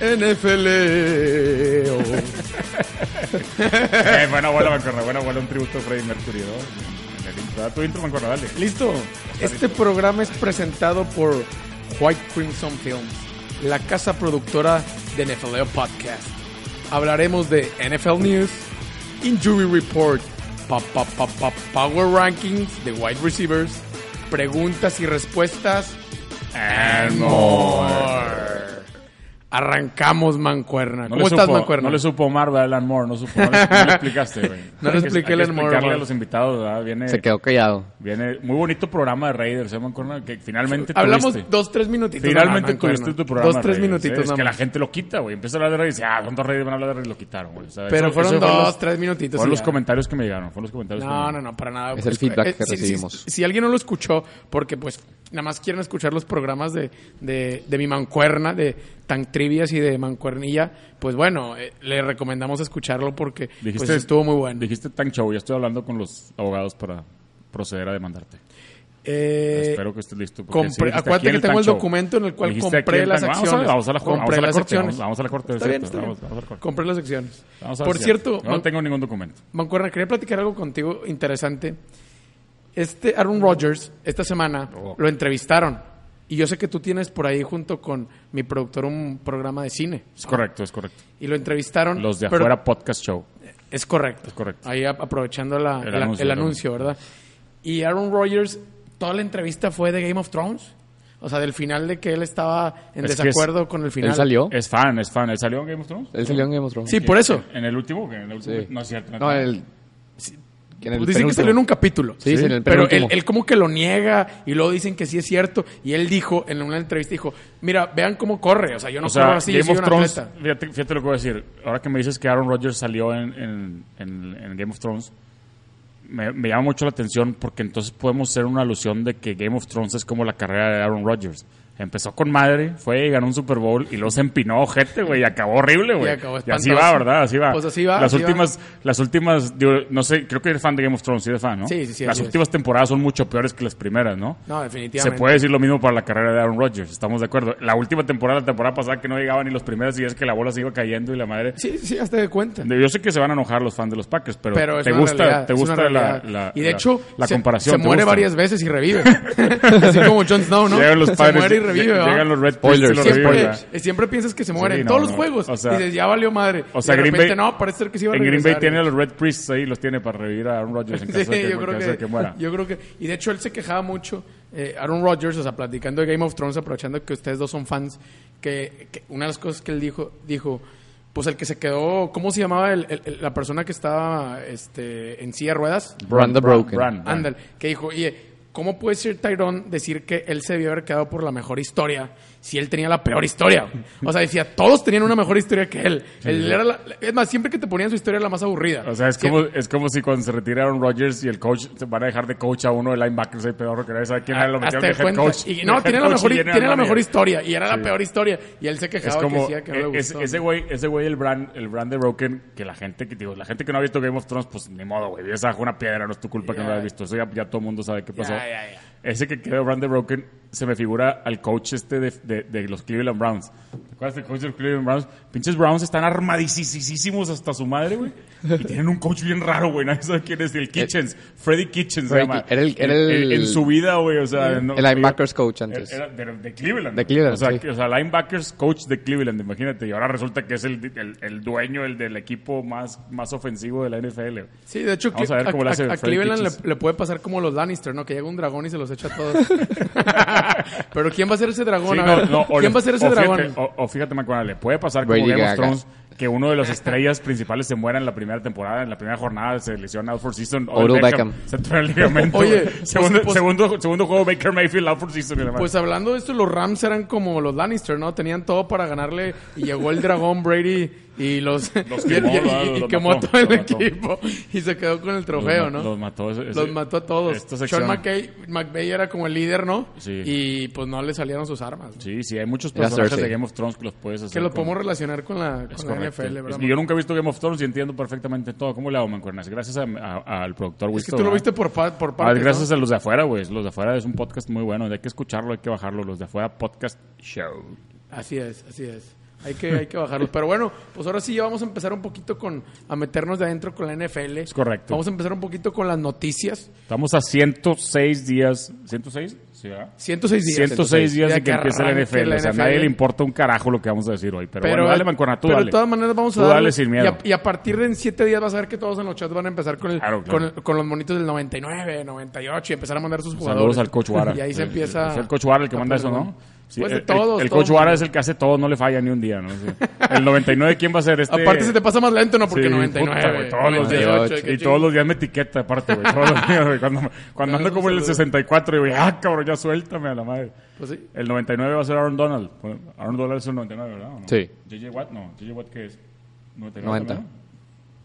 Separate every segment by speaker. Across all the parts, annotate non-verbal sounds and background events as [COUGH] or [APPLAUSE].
Speaker 1: NFL.
Speaker 2: [LAUGHS] Eh, bueno, bueno, me acuerdo, bueno, bueno, un tributo a Freddie Mercury, ¿no? El intro, ah, tu intro, me acuerdo, dale.
Speaker 1: Listo. Este programa es presentado por White Crimson Films, la casa productora de NFLeo E Podcast. Hablaremos de NFL News, Injury Report, pa- pa- pa- pa- Power Rankings de Wide Receivers, preguntas y respuestas. And more. Arrancamos mancuerna.
Speaker 2: No
Speaker 1: ¿Cómo
Speaker 2: le
Speaker 1: estás,
Speaker 2: supo,
Speaker 1: mancuerna?
Speaker 2: No le supo Omar, ¿verdad? Alan Moore, no supo. No le, no le explicaste, güey.
Speaker 1: [LAUGHS] No le
Speaker 2: Hay que-
Speaker 1: expliqué
Speaker 2: hay que
Speaker 1: Alan Moore,
Speaker 2: explicarle
Speaker 1: güey.
Speaker 2: a los invitados, ¿verdad? Viene,
Speaker 3: Se quedó callado.
Speaker 2: viene muy bonito programa de Raiders, ¿eh, Mancuerna? Que finalmente
Speaker 1: Hablamos
Speaker 2: tuviste.
Speaker 1: dos, Ah, tres minutitos.
Speaker 2: Finalmente
Speaker 1: nomás,
Speaker 2: tuviste
Speaker 1: mancuerna.
Speaker 2: tu programa.
Speaker 1: Dos, tres
Speaker 2: Reyes,
Speaker 1: minutitos.
Speaker 2: ¿eh? Es que
Speaker 1: nomás.
Speaker 2: la gente lo quita, güey. Empieza a hablar de Reyes. Ah, ¿cuántos Reyes van a hablar de Reyes? Lo quitaron, güey. O sea,
Speaker 1: Pero
Speaker 2: eso-
Speaker 1: fueron
Speaker 2: eso fue
Speaker 1: dos,
Speaker 2: los-
Speaker 1: tres minutitos.
Speaker 2: Fueron
Speaker 1: y
Speaker 2: los
Speaker 1: ya.
Speaker 2: comentarios que me llegaron. Fueron los comentarios que me
Speaker 1: No, no,
Speaker 2: llegaron.
Speaker 1: no, para nada.
Speaker 3: Pues Es
Speaker 1: güey.
Speaker 3: el feedback que
Speaker 1: si- si-
Speaker 3: recibimos.
Speaker 1: Si, si alguien no lo escuchó, porque pues nada más quieren escuchar los programas de, de, de mi mancuerna, de tan trivias y de mancuernilla, pues bueno, eh, le recomendamos escucharlo porque pues, estuvo muy bueno.
Speaker 2: Dijiste tan show. Ya estoy hablando con los abogados para proceder a demandarte.
Speaker 1: Eh,
Speaker 2: Espero que estés listo. porque
Speaker 1: compré-
Speaker 2: sí dijiste
Speaker 1: acuérdate
Speaker 2: aquí en
Speaker 1: que
Speaker 2: el
Speaker 1: tengo el
Speaker 2: Tancho.
Speaker 1: documento en el cual
Speaker 2: Dijiste aquí en
Speaker 1: compré
Speaker 2: el
Speaker 1: las
Speaker 2: Tancho.
Speaker 1: acciones.
Speaker 2: Vamos a, vamos a la, vamos a
Speaker 1: compré
Speaker 2: la
Speaker 1: las
Speaker 2: corte,
Speaker 1: acciones.
Speaker 2: Vamos, vamos a la corte.
Speaker 1: Está
Speaker 2: es
Speaker 1: bien,
Speaker 2: cierto,
Speaker 1: está bien.
Speaker 2: vamos, vamos a la corte.
Speaker 1: Compré las acciones.
Speaker 2: Vamos a ver
Speaker 1: Por
Speaker 2: si-
Speaker 1: cierto,
Speaker 2: no
Speaker 1: man-
Speaker 2: tengo ningún documento.
Speaker 1: Mancuerna, quería platicar algo contigo interesante. Este Aaron Rodgers, esta semana,
Speaker 2: Oh.
Speaker 1: lo entrevistaron. Y yo sé que tú tienes por ahí junto con mi productor un programa de cine.
Speaker 2: Es correcto, es correcto.
Speaker 1: Y lo entrevistaron.
Speaker 2: Los de
Speaker 1: Ah, pero-
Speaker 2: afuera podcast show.
Speaker 1: Es correcto.
Speaker 2: Es correcto.
Speaker 1: Ahí a- aprovechando la-
Speaker 2: El
Speaker 1: la-
Speaker 2: anuncio,
Speaker 1: el
Speaker 2: el
Speaker 1: anuncio, ¿verdad? Y Aaron Rodgers, toda la entrevista fue de Game of Thrones. O sea, del final de que él estaba en
Speaker 2: Es que es-
Speaker 1: desacuerdo con el final.
Speaker 3: Él salió.
Speaker 2: Es fan, es fan. ¿Él salió en Game of Thrones?
Speaker 3: Él salió en Game of Thrones.
Speaker 1: Sí, por eso.
Speaker 2: ¿En el último? ¿En el último?
Speaker 3: Sí.
Speaker 2: No es cierto.
Speaker 3: No, el. en el
Speaker 1: Pues Dicen que
Speaker 3: penúltimo.
Speaker 1: salió en un capítulo.
Speaker 3: Sí, sí, en el
Speaker 1: Pero él,
Speaker 3: penúltimo.
Speaker 1: él como que lo niega y luego dicen que sí es cierto. Y él dijo en una entrevista, dijo, mira, vean cómo corre. O sea, yo no
Speaker 2: o sea,
Speaker 1: corro así, yo
Speaker 2: Game
Speaker 1: soy
Speaker 2: of
Speaker 1: un
Speaker 2: Thrones,
Speaker 1: atleta.
Speaker 2: fíjate, fíjate lo que voy a decir. Ahora que me dices que Aaron Rodgers salió en, en- en- en Game of Thrones, me, me llama mucho la atención porque entonces podemos hacer una alusión de que Game of Thrones es como la carrera de Aaron Rodgers. Empezó con madre, fue y ganó un Super Bowl y luego se empinó, gente, güey, y acabó horrible, güey.
Speaker 1: Y acabó
Speaker 2: Y así va,
Speaker 1: espantoso.
Speaker 2: ¿verdad? Así va.
Speaker 1: Pues así va,
Speaker 2: Las
Speaker 1: así va.
Speaker 2: últimas, las últimas, digo, no sé, creo que eres fan de Game of Thrones, sí eres fan, ¿no?
Speaker 1: Sí, sí, sí,
Speaker 2: Las
Speaker 1: así es.
Speaker 2: últimas temporadas son mucho peores que las primeras, ¿no?
Speaker 1: No,
Speaker 2: Se
Speaker 1: definitivamente.
Speaker 2: puede decir lo mismo para la carrera de Aaron Rodgers, estamos de acuerdo. La última temporada, la temporada pasada, que no llegaban ni los primeros días que la bola se iba cayendo y la madre.
Speaker 1: Sí, sí, hazte de cuenta.
Speaker 2: Yo sé que se van a enojar los fans de los Packers, pero,
Speaker 1: pero es
Speaker 2: te,
Speaker 1: una
Speaker 2: gusta,
Speaker 1: realidad,
Speaker 2: te
Speaker 1: es
Speaker 2: gusta
Speaker 1: una
Speaker 2: la,
Speaker 1: realidad.
Speaker 2: la-
Speaker 1: y de
Speaker 2: la-
Speaker 1: hecho
Speaker 2: la
Speaker 1: se-
Speaker 2: comparación.
Speaker 1: se,
Speaker 2: ¿te
Speaker 1: muere
Speaker 2: gusta?
Speaker 1: varias veces
Speaker 2: [LAUGHS]
Speaker 1: y revive [LAUGHS] así como Jon Snow no
Speaker 2: Llegan los
Speaker 1: se
Speaker 2: padres,
Speaker 1: muere y revive
Speaker 2: lleg-
Speaker 1: ¿verdad?
Speaker 2: llegan los Red Pills y
Speaker 3: Spoilers,
Speaker 2: lo
Speaker 1: siempre,
Speaker 2: reviven, ¿verdad?
Speaker 1: eh, siempre piensas que se mueren
Speaker 2: Sí,
Speaker 1: en
Speaker 2: no,
Speaker 1: todos los
Speaker 2: no.
Speaker 1: juegos
Speaker 2: O sea-
Speaker 1: y dices ya valió madre
Speaker 2: o sea,
Speaker 1: y de
Speaker 2: Green
Speaker 1: repente
Speaker 2: Bay-
Speaker 1: no parece ser que sí iba a
Speaker 2: En Green Bay
Speaker 1: regresar.
Speaker 2: tiene a los Red Priests ahí, los tiene para revivir a Aaron Rodgers en caso, de,
Speaker 1: [LAUGHS] Sí,
Speaker 2: que,
Speaker 1: yo
Speaker 2: en
Speaker 1: creo
Speaker 2: caso de
Speaker 1: que,
Speaker 2: que muera.
Speaker 1: yo creo que y de hecho él se quejaba mucho eh, Aaron Rodgers o sea platicando de Game of Thrones aprovechando que ustedes dos son fans que, que una de las cosas que él dijo dijo pues el que se quedó cómo se llamaba el- el- el- la persona que estaba este en silla de ruedas
Speaker 3: Brand the Broken.
Speaker 2: Brand, Brand.
Speaker 1: Ándale, que dijo, oye, ¿cómo puede ser Tyrone decir que él se debió haber quedado por la mejor historia si él tenía la peor historia? O sea, decía, todos tenían una mejor historia que él. Él era la- es más, siempre que te ponían su historia era la más aburrida.
Speaker 2: O sea, es
Speaker 1: Sie-
Speaker 2: como, es como si cuando se retira Aaron Rodgers y el coach se van a dejar de coach a uno de linebackers ahí peor que nadie sabe quién era lo
Speaker 1: Hazte
Speaker 2: metieron de
Speaker 1: de
Speaker 2: head
Speaker 1: cuenta.
Speaker 2: coach.
Speaker 1: Y,
Speaker 2: de
Speaker 1: no,
Speaker 2: head
Speaker 1: tiene la
Speaker 2: coach y
Speaker 1: mejor,
Speaker 2: llena
Speaker 1: tiene la
Speaker 2: de
Speaker 1: mejor
Speaker 2: novia.
Speaker 1: historia y era la
Speaker 2: Sí.
Speaker 1: peor historia. Y él se
Speaker 2: Es
Speaker 1: quejaba que
Speaker 2: como
Speaker 1: decía que no le
Speaker 2: eh, es-
Speaker 1: gustó.
Speaker 2: ese güey, ese güey el brand, el brand de Broken, que la gente que digo, la gente que no ha visto Game of Thrones, pues ni modo, güey, vives bajo una piedra, no es tu culpa que no lo
Speaker 1: Ya.
Speaker 2: hayas visto. Eso ya, ya todo el mundo sabe qué pasó.
Speaker 1: Ya, ya, ya.
Speaker 2: Ese que creó Brand the Broken se me figura al coach este de, de- de los Cleveland Browns. ¿Te acuerdas del coach de los Cleveland Browns? Pinches Browns están armadísimos hasta su madre, güey. Y tienen un coach bien raro, güey. Nadie sabe quién es. El Kitchens. Freddy Kitchens se
Speaker 3: Eh, Freddy
Speaker 2: llama.
Speaker 3: Ki- era el- era
Speaker 2: En- en-
Speaker 3: el-
Speaker 2: en su vida, güey. O sea, no-
Speaker 3: El linebackers coach antes.
Speaker 2: Era de, de Cleveland.
Speaker 3: De Cleveland,
Speaker 2: O sea,
Speaker 3: sí.
Speaker 2: que- o sea, linebackers coach de Cleveland, imagínate. Y ahora resulta que es el, el, el dueño, el del equipo más, más ofensivo de la NFL. güey.
Speaker 1: Sí, de hecho,
Speaker 2: Vamos
Speaker 1: que-
Speaker 2: a
Speaker 1: a,
Speaker 2: ver cómo le
Speaker 1: a-
Speaker 2: hace
Speaker 1: a
Speaker 2: Frank
Speaker 1: Cleveland
Speaker 2: Kitchens.
Speaker 1: le, le puede pasar como los Lannister, ¿no? Que llega un dragón y se los echa a todos. [LAUGHS] Pero ¿quién va a ser ese dragón?
Speaker 2: Sí,
Speaker 1: A
Speaker 2: no,
Speaker 1: ver,
Speaker 2: no, o
Speaker 1: ¿Quién
Speaker 2: le-
Speaker 1: va a ser ese
Speaker 2: o fíjate-
Speaker 1: dragón?
Speaker 2: O, o fíjate, Macuana, le puede pasar
Speaker 3: Brady
Speaker 2: como Game of
Speaker 3: Gaga.
Speaker 2: Thrones que uno de las estrellas principales se muera en la primera temporada, en la primera jornada, se lesiona out for season.
Speaker 3: Odell Beckham.
Speaker 2: Se trae el ligamento.
Speaker 1: Oye,
Speaker 2: güey.
Speaker 1: pues-
Speaker 2: [LAUGHS] segundo,
Speaker 1: pues-
Speaker 2: segundo, segundo juego Baker Mayfield out for season. y la madre.
Speaker 1: Pues hablando de esto, los Rams eran como los Lannister, ¿no? Tenían todo para ganarle y llegó el dragón Brady y los,
Speaker 2: Los
Speaker 1: [LAUGHS] y-
Speaker 2: quemó,
Speaker 1: y- y-
Speaker 2: ¿verdad?
Speaker 1: y
Speaker 2: Los
Speaker 1: quemó
Speaker 2: mató,
Speaker 1: a todo el
Speaker 2: los mató.
Speaker 1: equipo y se quedó con el
Speaker 2: Los
Speaker 1: trofeo,
Speaker 2: ma-
Speaker 1: ¿no?
Speaker 2: Los mató. ese-
Speaker 1: Los
Speaker 2: ese-
Speaker 1: mató a todos.
Speaker 2: esta
Speaker 1: Sean
Speaker 2: sección-
Speaker 1: McKay- McVay era como el líder, ¿no?
Speaker 2: Sí.
Speaker 1: Y pues no le salieron sus armas. ¿no?
Speaker 2: Sí, sí, hay muchos
Speaker 3: Era
Speaker 2: personajes de
Speaker 3: Cersei.
Speaker 2: Game of Thrones que los puedes hacer.
Speaker 1: Que lo
Speaker 2: con-
Speaker 1: podemos relacionar con la, con la
Speaker 2: correcto.
Speaker 1: NFL, ¿verdad?
Speaker 2: Es que yo nunca he visto Game of Thrones y entiendo perfectamente todo. ¿Cómo le hago, mancuernas? Gracias a- a- al productor
Speaker 1: Es que
Speaker 2: Wisto,
Speaker 1: tú lo
Speaker 2: ¿verdad?
Speaker 1: viste por, pa- por
Speaker 2: Ah,
Speaker 1: partes,
Speaker 2: gracias
Speaker 1: ¿no?
Speaker 2: a los de afuera, güey. Los de afuera es un podcast muy bueno. Hay que escucharlo, hay que bajarlo. Los de afuera podcast show.
Speaker 1: Así es, así es. Hay que, hay que bajarlos. Pero bueno, pues ahora sí ya vamos a empezar un poquito con a meternos de adentro con la NFL. Es
Speaker 2: correcto.
Speaker 1: Vamos a empezar un poquito con las noticias.
Speaker 2: Estamos a 106 días. ¿106? Sí, ¿verdad?
Speaker 1: 106 días.
Speaker 2: 106 días
Speaker 1: Ya
Speaker 2: de que empiece la
Speaker 1: arranque
Speaker 2: NFL. O sea, a nadie le importa un carajo lo que vamos a decir hoy. Pero, bueno, dale, Mancona, tú
Speaker 1: pero
Speaker 2: dale.
Speaker 1: de todas maneras vamos a
Speaker 2: Tú dale
Speaker 1: darle-
Speaker 2: sin miedo.
Speaker 1: Y a, y a partir de en 7 días vas a ver que todos en los chats van a empezar con, el-
Speaker 2: Claro, claro.
Speaker 1: con, el- con los monitos del 99, 98 y empezar a mandar sus jugadores.
Speaker 2: Saludos al Coach Guara.
Speaker 1: [LAUGHS] Y ahí se
Speaker 2: El-
Speaker 1: empieza...
Speaker 2: Es el Coach Guara el que
Speaker 1: a
Speaker 2: manda eso,
Speaker 1: poner-
Speaker 2: ¿no? Sí,
Speaker 1: pues de
Speaker 2: el- el-
Speaker 1: todos.
Speaker 2: El,
Speaker 1: todos.
Speaker 2: Coach Guara es el que hace todo, no le falla ni un día, ¿no? Sí. El 99, ¿quién va a ser este?
Speaker 1: Aparte se te pasa más lento, ¿no? Porque
Speaker 2: Sí,
Speaker 1: 99.
Speaker 2: puta, güey, todos los
Speaker 1: 98,
Speaker 2: días.
Speaker 1: qué
Speaker 2: Y
Speaker 1: chingo.
Speaker 2: todos los días me etiqueta, aparte, güey. Todos los días, güey. Cuando, cuando ando
Speaker 1: un
Speaker 2: como en el
Speaker 1: saludo.
Speaker 2: 64, güey, ah, cabrón, ya suéltame a la madre.
Speaker 1: Pues sí.
Speaker 2: El 99 va a ser Aaron Donald. Bueno, Aaron Donald es el 99, ¿verdad? ¿O no?
Speaker 3: Sí.
Speaker 2: JJ Watt, no. JJ Watt, ¿qué es? 99,
Speaker 3: 90.
Speaker 2: ¿verdad?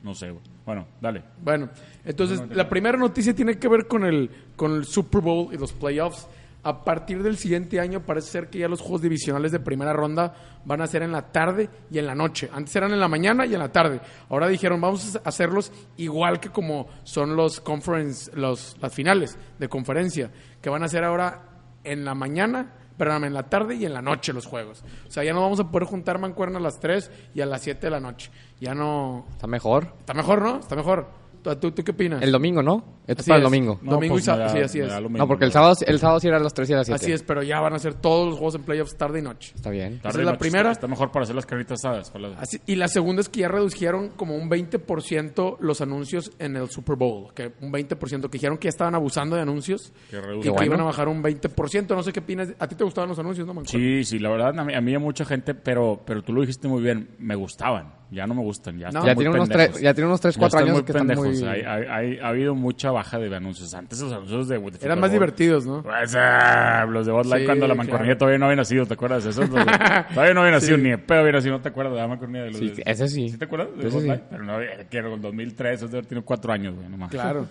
Speaker 2: No sé, güey. Bueno, dale.
Speaker 1: Bueno, entonces la primera noticia tiene que ver con el, con el Super Bowl y los playoffs. A partir del siguiente año parece ser que ya los juegos divisionales de primera ronda van a ser en la tarde y en la noche. Antes eran en la mañana y en la tarde. Ahora dijeron, vamos a hacerlos igual que como son los conference, los, las finales de conferencia, que van a ser ahora en la mañana, perdóname, en la tarde y en la noche los juegos. O sea, ya no vamos a poder juntar mancuerna a las 3 y a las 7 de la noche. Ya no,
Speaker 3: Está mejor.
Speaker 1: Está mejor, ¿no? Está mejor. ¿Tú, tú, tú qué opinas?
Speaker 3: El domingo, ¿no? Esto es
Speaker 1: Así
Speaker 3: para el
Speaker 1: es.
Speaker 3: domingo.
Speaker 1: No, Domingo y
Speaker 2: pues,
Speaker 1: sábado,
Speaker 2: me da-
Speaker 1: sí, así
Speaker 2: me
Speaker 1: es.
Speaker 2: da lo mismo,
Speaker 3: No, porque el
Speaker 2: güey.
Speaker 3: sábado, el sábado sí era a las 3 y a las 7.
Speaker 1: Así es, pero ya van a ser todos los juegos en playoffs tarde y noche.
Speaker 3: Está bien.
Speaker 2: Tarde
Speaker 1: Esa es
Speaker 2: y
Speaker 1: la
Speaker 2: noche
Speaker 1: primera.
Speaker 2: Está, está mejor para hacer las carnitas asadas. para las-
Speaker 1: Así- y la segunda es que ya redujeron como un 20% los anuncios en el Super Bowl. Que un 20%, que dijeron que ya estaban abusando de anuncios.
Speaker 2: Que
Speaker 1: y
Speaker 2: reduce.
Speaker 1: que
Speaker 3: bueno.
Speaker 1: iban a bajar un 20%. No sé qué opinas. ¿A ti te gustaban los anuncios, no, Manco?
Speaker 2: Sí, sí, la verdad, a mí, a mí y a mucha gente, pero, pero tú lo dijiste muy bien, me gustaban, ya no me gustan, ya,
Speaker 1: No.
Speaker 2: están
Speaker 1: Ya
Speaker 2: muy
Speaker 3: tiene unos
Speaker 2: pendejos.
Speaker 3: tres- ya tiene unos tres,
Speaker 2: Ya
Speaker 3: cuatro
Speaker 2: están
Speaker 3: años
Speaker 2: muy
Speaker 3: que están
Speaker 2: pendejos.
Speaker 3: muy-
Speaker 2: Hay- hay- hay- ha habido mucha baja de anuncios. Antes los anuncios de... de
Speaker 1: Eran
Speaker 2: Super
Speaker 1: más
Speaker 2: Bowl,
Speaker 1: divertidos, ¿no?
Speaker 2: pues, ah, los de Bot Live
Speaker 1: Sí,
Speaker 2: cuando la
Speaker 1: claro.
Speaker 2: mancornilla todavía no había nacido, ¿te acuerdas? Eso
Speaker 3: [LAUGHS]
Speaker 2: todavía no había nacido, ni de pedo había nacido, ¿no te acuerdas de la mancornilla? De los
Speaker 3: Sí,
Speaker 2: de-
Speaker 3: ese sí.
Speaker 2: ¿Sí te acuerdas? De
Speaker 3: Ese
Speaker 2: Bud
Speaker 3: sí.
Speaker 2: Light? Pero no, había- que era el 2003, eso debe haber tenido cuatro años, güey, nomás.
Speaker 1: Claro.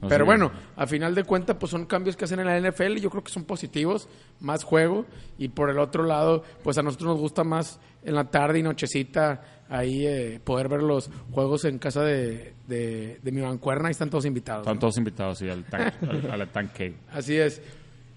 Speaker 2: No sé.
Speaker 1: Pero bueno, a final de cuentas, pues son cambios que hacen en la NFL y yo creo que son positivos, más juego. Y por el otro lado, pues a nosotros nos gusta más en la tarde y nochecita ahí eh, poder ver los juegos en casa de, de, de mi mancuerna. Ahí están todos invitados.
Speaker 2: Están
Speaker 1: ¿no?
Speaker 2: todos invitados, sí, al tanque, al, al tanque.
Speaker 1: Así es.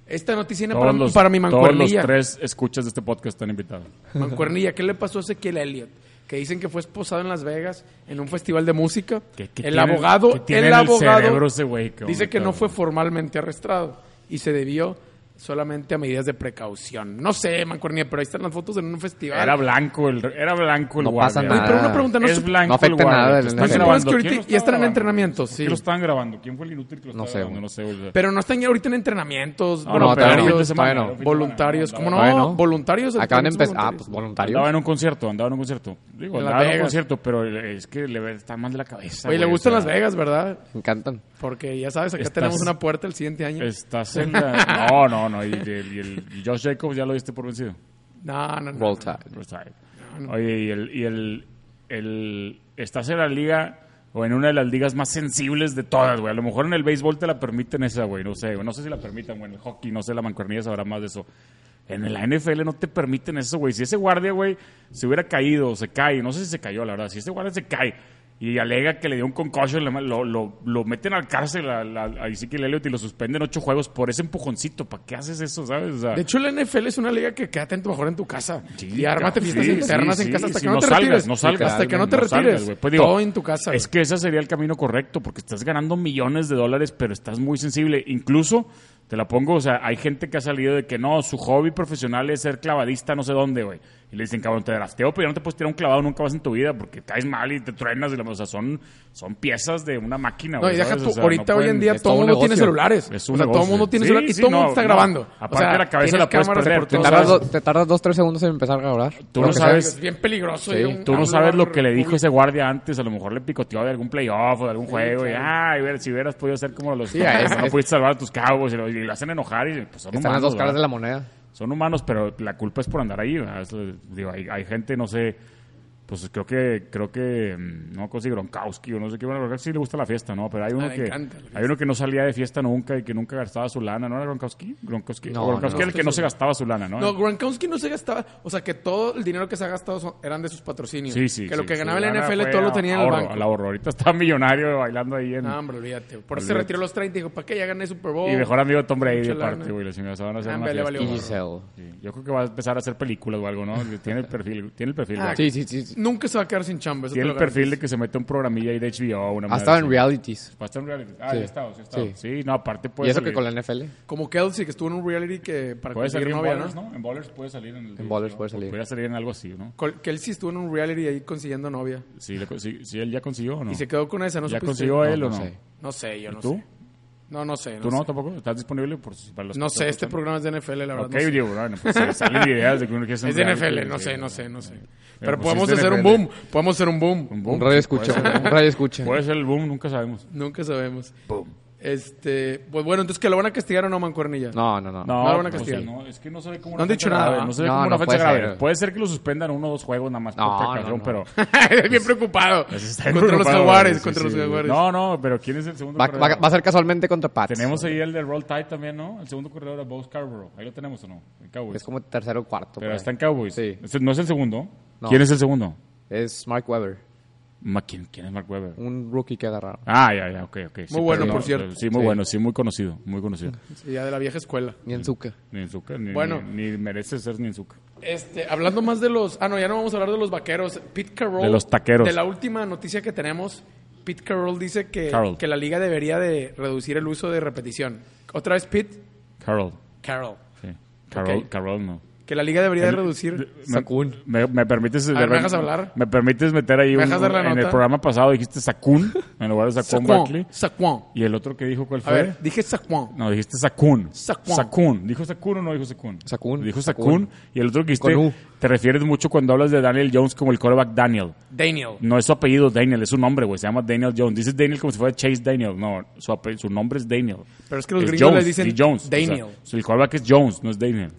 Speaker 1: Esta noticia viene
Speaker 2: Todos
Speaker 1: para,
Speaker 2: los-
Speaker 1: para mi
Speaker 2: Todos los
Speaker 1: mancuernilla.
Speaker 2: tres escuchas de este podcast están invitados.
Speaker 1: [LAUGHS] Mancuernilla, ¿qué le pasó a Ezequiel Elliott? Que dicen que fue esposado en Las Vegas en un festival de música.
Speaker 2: ¿Qué- qué
Speaker 1: el
Speaker 2: tiene-
Speaker 1: abogado,
Speaker 2: qué tiene
Speaker 1: el
Speaker 2: en el
Speaker 1: abogado
Speaker 2: cerebro ese güey, cabrón,
Speaker 1: dice que no
Speaker 2: cabrón?
Speaker 1: fue formalmente arrestado y se debió solamente a medidas de precaución. No sé, Mancuernilla, pero ahí están las fotos en un festival.
Speaker 2: Era blanco el, era blanco el
Speaker 3: No
Speaker 2: guardia.
Speaker 3: pasa
Speaker 1: Oye, pero una
Speaker 3: Ah,
Speaker 1: pregunta, no
Speaker 2: es
Speaker 1: sé-
Speaker 2: blanco
Speaker 3: no afecta
Speaker 2: el guardia.
Speaker 3: nada el
Speaker 2: Lo
Speaker 3: NFL.
Speaker 2: están
Speaker 3: Supongo
Speaker 2: grabando.
Speaker 1: que
Speaker 2: ¿Quién
Speaker 1: ahorita-
Speaker 2: lo
Speaker 1: y están en
Speaker 2: grabando?
Speaker 1: entrenamiento,
Speaker 2: ¿Por qué
Speaker 1: sí.
Speaker 2: lo están grabando? ¿Quién fue el inútil que lo
Speaker 3: No
Speaker 2: estaba
Speaker 3: sé,
Speaker 2: grabando? No sé, güey.
Speaker 1: Pero no están ya ahorita en entrenamientos,
Speaker 2: No,
Speaker 3: no,
Speaker 1: voluntarios,
Speaker 3: todavía no. Todavía no.
Speaker 1: voluntarios, ¿cómo no?
Speaker 3: Todavía no.
Speaker 1: Voluntarios.
Speaker 3: Acaban de
Speaker 1: entonces,
Speaker 3: empezar. Ah,
Speaker 1: voluntarios.
Speaker 3: pues voluntario.
Speaker 2: Andaba en un concierto, andaba en un concierto. Digo,
Speaker 1: En Las
Speaker 2: andaba en un
Speaker 1: Vegas.
Speaker 2: concierto, pero es que le está mal de la cabeza.
Speaker 1: Oye, le
Speaker 2: güey,
Speaker 1: gustan
Speaker 2: o
Speaker 1: Las
Speaker 2: sea,
Speaker 1: Vegas, ¿verdad?
Speaker 3: Me encantan.
Speaker 1: Porque ya sabes, acá
Speaker 2: Estás-
Speaker 1: tenemos una puerta el siguiente año.
Speaker 2: Estás en la... [LAUGHS] No, no, no. Y, el, y el- y Josh Jacobs ya lo diste por vencido.
Speaker 1: No, no, no.
Speaker 3: Roll Tide.
Speaker 2: Pues, ay. Oye, y el... Y el, el- estás en la liga... O en una de las ligas más sensibles de todas, güey. A lo mejor en el béisbol te la permiten esa, güey. No sé, güey. No sé si la permitan, güey. En el hockey, no sé, la mancuernilla sabrá más de eso. En la NFL no te permiten eso, güey. Si ese guardia, güey, se hubiera caído, o se cae, no sé si se cayó, la verdad. Si ese guardia se cae y alega que le dio un concussion, le- lo, lo, lo meten al cárcel a, a, a Ezekiel Elliott y lo suspenden ocho juegos por ese empujoncito. ¿Para qué haces eso, sabes? O sea,
Speaker 1: De hecho, la NFL es una liga que quédate en tu mejor en tu casa.
Speaker 2: Sí,
Speaker 1: y ármate
Speaker 2: cabrón,
Speaker 1: fiestas
Speaker 2: sí,
Speaker 1: internas
Speaker 2: sí,
Speaker 1: en casa hasta
Speaker 2: sí,
Speaker 1: que no, te
Speaker 2: salgas,
Speaker 1: retires.
Speaker 2: No salgas.
Speaker 1: hasta que no te
Speaker 2: salgas,
Speaker 1: retires.
Speaker 2: güey. Pues digo,
Speaker 1: Todo en tu casa.
Speaker 2: Es
Speaker 1: güey.
Speaker 2: que ese sería el camino correcto, porque estás ganando millones de dólares, pero estás muy sensible. Incluso, te la pongo, o sea, hay gente que ha salido de que no, su hobby profesional es ser clavadista no sé dónde, güey. Y le dicen, cabrón, te drafteo, pero ya no te puedes tirar un clavado nunca vas en tu vida, porque caes mal y te truenas. Y la, o sea, son, son piezas de una máquina,
Speaker 1: No,
Speaker 2: güey.
Speaker 1: y deja
Speaker 2: ¿sabes?
Speaker 1: tú,
Speaker 2: O sea,
Speaker 1: ahorita
Speaker 2: no
Speaker 1: hoy en
Speaker 2: pueden-
Speaker 1: día
Speaker 3: es
Speaker 1: todo
Speaker 3: todo
Speaker 1: el
Speaker 3: un
Speaker 1: mundo tiene
Speaker 3: negocio.
Speaker 2: Es
Speaker 1: celulares. o
Speaker 2: un
Speaker 1: sea, todo el
Speaker 2: negocio.
Speaker 1: mundo tiene
Speaker 2: Sí,
Speaker 1: celular y
Speaker 2: sí,
Speaker 1: todo el mundo
Speaker 2: no,
Speaker 1: está
Speaker 2: no.
Speaker 1: grabando.
Speaker 2: Aparte la cabeza
Speaker 1: tienes
Speaker 2: la puedes
Speaker 1: cámaras de
Speaker 2: perder.
Speaker 1: por
Speaker 2: Te
Speaker 3: Te
Speaker 1: todos
Speaker 3: tardas,
Speaker 1: lados.
Speaker 3: dos, te tardas dos, tres segundos en empezar a grabar.
Speaker 2: Tú
Speaker 3: Lo
Speaker 2: no
Speaker 3: que
Speaker 2: sabes.
Speaker 1: Es bien peligroso.
Speaker 3: Sí.
Speaker 1: ir a un-
Speaker 2: Tú
Speaker 1: a
Speaker 2: no
Speaker 1: un
Speaker 2: sabes
Speaker 1: lugar
Speaker 2: lo que le dijo
Speaker 1: público.
Speaker 2: ese guardia antes. A lo mejor le picoteó de algún playoff o de algún juego. Y,
Speaker 1: claro.
Speaker 2: ay, ver, si hubieras podido hacer como los.
Speaker 3: Sí,
Speaker 2: [LAUGHS]
Speaker 3: ya es-
Speaker 2: no
Speaker 3: es-
Speaker 2: pudiste salvar a tus cabos. Y lo, y lo hacen enojar. Y pues, son
Speaker 3: Están las
Speaker 2: humanos,
Speaker 3: dos caras
Speaker 2: ¿verdad?
Speaker 3: de la moneda.
Speaker 2: Son humanos, pero la culpa es por andar ahí. ¿verdad? Eso, digo, hay, hay gente, no sé. pues creo que, creo que, mm, no consigo Gronkowski o no sé qué, bueno, Gronkowski sí le gusta la fiesta, ¿no? Pero hay uno,
Speaker 1: Ah, le
Speaker 2: que,
Speaker 1: encanta la fiesta.
Speaker 2: hay uno que no salía de fiesta nunca y que nunca gastaba su lana, ¿no era Gronkowski? Gronkowski,
Speaker 3: No,
Speaker 2: O Gronkowski
Speaker 3: no.
Speaker 2: era el que no se gastaba su lana, ¿no?
Speaker 1: No, Gronkowski no se gastaba, o sea que todo el dinero que se ha gastado son- eran de sus patrocinios.
Speaker 2: sí, sí.
Speaker 1: Que lo
Speaker 2: sí,
Speaker 1: que
Speaker 2: su
Speaker 1: ganaba el
Speaker 2: lana
Speaker 1: NFL
Speaker 2: fue
Speaker 1: todo
Speaker 2: a-
Speaker 1: lo tenía en el
Speaker 2: ahorro,
Speaker 1: banco.
Speaker 2: Al ahorro, ahorita está millonario [LAUGHS] bailando ahí en...
Speaker 1: No, hombre, olvídate. güey. Por eso se
Speaker 2: Olvídate.
Speaker 1: retiró los 30 y dijo, ¿para qué ya gané Super Bowl?
Speaker 2: y mejor amigo de Tom Brady,
Speaker 1: Mucha
Speaker 2: de
Speaker 1: lana.
Speaker 2: parte, güey, los chingados, se van a hacer
Speaker 1: Ah,
Speaker 2: una
Speaker 1: hombre, le
Speaker 2: fiesta.
Speaker 3: Y
Speaker 1: valió.
Speaker 3: Giselle.
Speaker 2: Sí, Yo creo que va a empezar a hacer películas o algo, ¿no? [LAUGHS] Tiene el perfil, tiene el perfil.
Speaker 1: Ah,
Speaker 2: güey.
Speaker 3: Sí, sí, sí. sí.
Speaker 1: Nunca se va a quedar sin chamba. eso te
Speaker 2: Tiene
Speaker 1: lo
Speaker 2: el perfil de
Speaker 1: garantizo.
Speaker 2: que se mete un programilla ahí de HBO. Una
Speaker 3: Ha
Speaker 1: Ah,
Speaker 2: madre
Speaker 3: estado en
Speaker 2: así.
Speaker 3: realities.
Speaker 2: Ha estado en reality. Ah,
Speaker 3: Sí.
Speaker 2: sí, ha estado, sí, ha estado.
Speaker 3: Sí.
Speaker 2: Sí. no, aparte
Speaker 3: Y
Speaker 2: puede
Speaker 3: eso
Speaker 2: salir.
Speaker 3: que con la NFL.
Speaker 1: Como Kelsey, que estuvo en un reality que para
Speaker 2: Puede salir
Speaker 1: conseguir
Speaker 2: en
Speaker 1: novia,
Speaker 2: Ballers,
Speaker 1: ¿no?
Speaker 2: ¿no? En Ballers puede salir. En, el-
Speaker 3: En Ballers
Speaker 2: ¿no?
Speaker 3: puede salir.
Speaker 2: Puede salir en algo así, ¿no?
Speaker 1: Col- Kelsey estuvo en un reality ahí consiguiendo novia.
Speaker 2: Si, le- si- si él ya consiguió o no.
Speaker 1: Y se quedó con esa, ¿no
Speaker 2: ¿Ya
Speaker 1: supiste?
Speaker 2: consiguió él o no?
Speaker 3: sé.
Speaker 1: No sé, yo no
Speaker 2: ¿Tú?
Speaker 1: sé. No, no sé. No
Speaker 2: ¿Tú no
Speaker 1: sé.
Speaker 2: tampoco? ¿Estás disponible por, si- para los
Speaker 1: No
Speaker 2: que
Speaker 1: sé,
Speaker 2: están
Speaker 1: este
Speaker 2: escuchando?
Speaker 1: programa es de NFL, la verdad.
Speaker 2: Ok,
Speaker 1: no sé.
Speaker 2: digo, bueno, pues eh, salen ideas de que uno quiere hacer un
Speaker 1: [LAUGHS] Es de
Speaker 2: reality, eh,
Speaker 1: NFL, no
Speaker 2: sí.
Speaker 1: sé, no sé, no sé.
Speaker 2: Pero
Speaker 1: Pero
Speaker 2: pues
Speaker 1: podemos
Speaker 2: es de
Speaker 1: hacer un
Speaker 2: NFL.
Speaker 1: boom, podemos hacer un boom.
Speaker 2: Un boom,
Speaker 3: Un radio
Speaker 2: sí, puede
Speaker 3: escucha.
Speaker 1: [LAUGHS]
Speaker 2: ser.
Speaker 3: Un radio escucha.
Speaker 2: Puede ser el boom, nunca sabemos.
Speaker 1: Nunca sabemos. Este, pues bueno, entonces que lo van a castigar o no, Mancuernilla.
Speaker 3: No, no, no.
Speaker 2: No,
Speaker 1: No lo van a
Speaker 2: pues,
Speaker 1: castigar.
Speaker 2: no, es que no se ve como
Speaker 1: No han dicho
Speaker 2: ofensa
Speaker 1: nada.
Speaker 2: grave, No se ve
Speaker 3: No,
Speaker 2: como una
Speaker 3: no
Speaker 2: ofensa
Speaker 3: puede
Speaker 2: grave.
Speaker 3: ser.
Speaker 2: Puede ser que lo suspendan uno o dos juegos nada más
Speaker 3: No,
Speaker 2: por precaución,
Speaker 3: no, no.
Speaker 1: [LAUGHS]
Speaker 2: pero...
Speaker 1: [LAUGHS] Bien preocupado.
Speaker 2: Está
Speaker 1: Contra los
Speaker 2: preocupado,
Speaker 1: jaguares,
Speaker 2: sí,
Speaker 1: contra
Speaker 2: sí.
Speaker 1: los jaguares.
Speaker 2: No, no, pero ¿quién es el segundo
Speaker 3: Va,
Speaker 2: corredor?
Speaker 3: va- va a ser casualmente contra Pats.
Speaker 2: Tenemos ahí el de Roll Tide también, ¿no? El segundo corredor era Bo Scarborough. Ahí lo tenemos, ¿o no? En Cowboys.
Speaker 3: Es como tercero o cuarto. por
Speaker 2: pero
Speaker 3: ahí.
Speaker 2: está en Cowboys.
Speaker 3: Sí.
Speaker 2: Este No es el segundo.
Speaker 3: No.
Speaker 2: ¿Quién es el segundo?
Speaker 3: Es Mark Webber,
Speaker 2: Ma- ¿Quién, quién es Mark Webber?
Speaker 3: un rookie que agarraron.
Speaker 2: Ah, ya, ya, ok, ok. Sí,
Speaker 1: Muy bueno,
Speaker 2: pero-
Speaker 1: por cierto.
Speaker 2: Sí, muy
Speaker 3: Sí.
Speaker 2: bueno, sí, muy conocido, muy conocido.
Speaker 1: Sí, ya de la vieja escuela.
Speaker 3: Y en Zucca.
Speaker 2: Ni Zucca, ni,
Speaker 1: Bueno.
Speaker 2: ni, ni merece ser Ninzuka.
Speaker 1: Este, hablando más de los. Ah, no, ya no vamos a hablar de los vaqueros. Pete Carroll.
Speaker 2: De los taqueros.
Speaker 1: De la última noticia que tenemos, Pete Carroll dice que,
Speaker 2: Carroll.
Speaker 1: que la liga debería de reducir el uso de repetición. Otra vez, Pete
Speaker 2: Carroll.
Speaker 1: Carroll.
Speaker 2: Sí. Carroll,
Speaker 1: Ok.
Speaker 2: Carroll no.
Speaker 1: Que la liga debería de reducir.
Speaker 2: Me-
Speaker 3: Sacún.
Speaker 2: Me, me permites
Speaker 1: ver, ¿me dejas hablar?
Speaker 2: me permites meter ahí
Speaker 1: ¿Me
Speaker 2: un-
Speaker 1: dejas dar la
Speaker 2: en el
Speaker 1: nota?
Speaker 2: programa pasado dijiste
Speaker 1: [LAUGHS]
Speaker 2: Sacún en lugar de Sacón Barkley
Speaker 1: Saquon. Saquon.
Speaker 2: y el otro que dijo cuál
Speaker 1: A
Speaker 2: fue?
Speaker 1: ver, dije Saquon.
Speaker 2: No, dijiste Sacún.
Speaker 1: Sacún.
Speaker 2: Sacún. ¿Dijo Sacún o no dijo Sacún?
Speaker 3: Sacún.
Speaker 2: Dijo
Speaker 3: Sacún.
Speaker 2: Sacún. Y el otro que dijiste,
Speaker 3: Con U.
Speaker 2: te refieres mucho cuando hablas de Daniel Jones como el quarterback Daniel.
Speaker 1: Daniel.
Speaker 2: No es su apellido Daniel, es su nombre, güey. Se llama Daniel Jones. Dices Daniel como si fuera Chase Daniel. No, su, ape- su nombre es Daniel.
Speaker 1: Pero es que los
Speaker 2: Es
Speaker 1: gringos
Speaker 2: Jones,
Speaker 1: le dicen
Speaker 2: y Jones. O sea,
Speaker 1: Daniel.
Speaker 2: el quarterback es Jones, no es Daniel.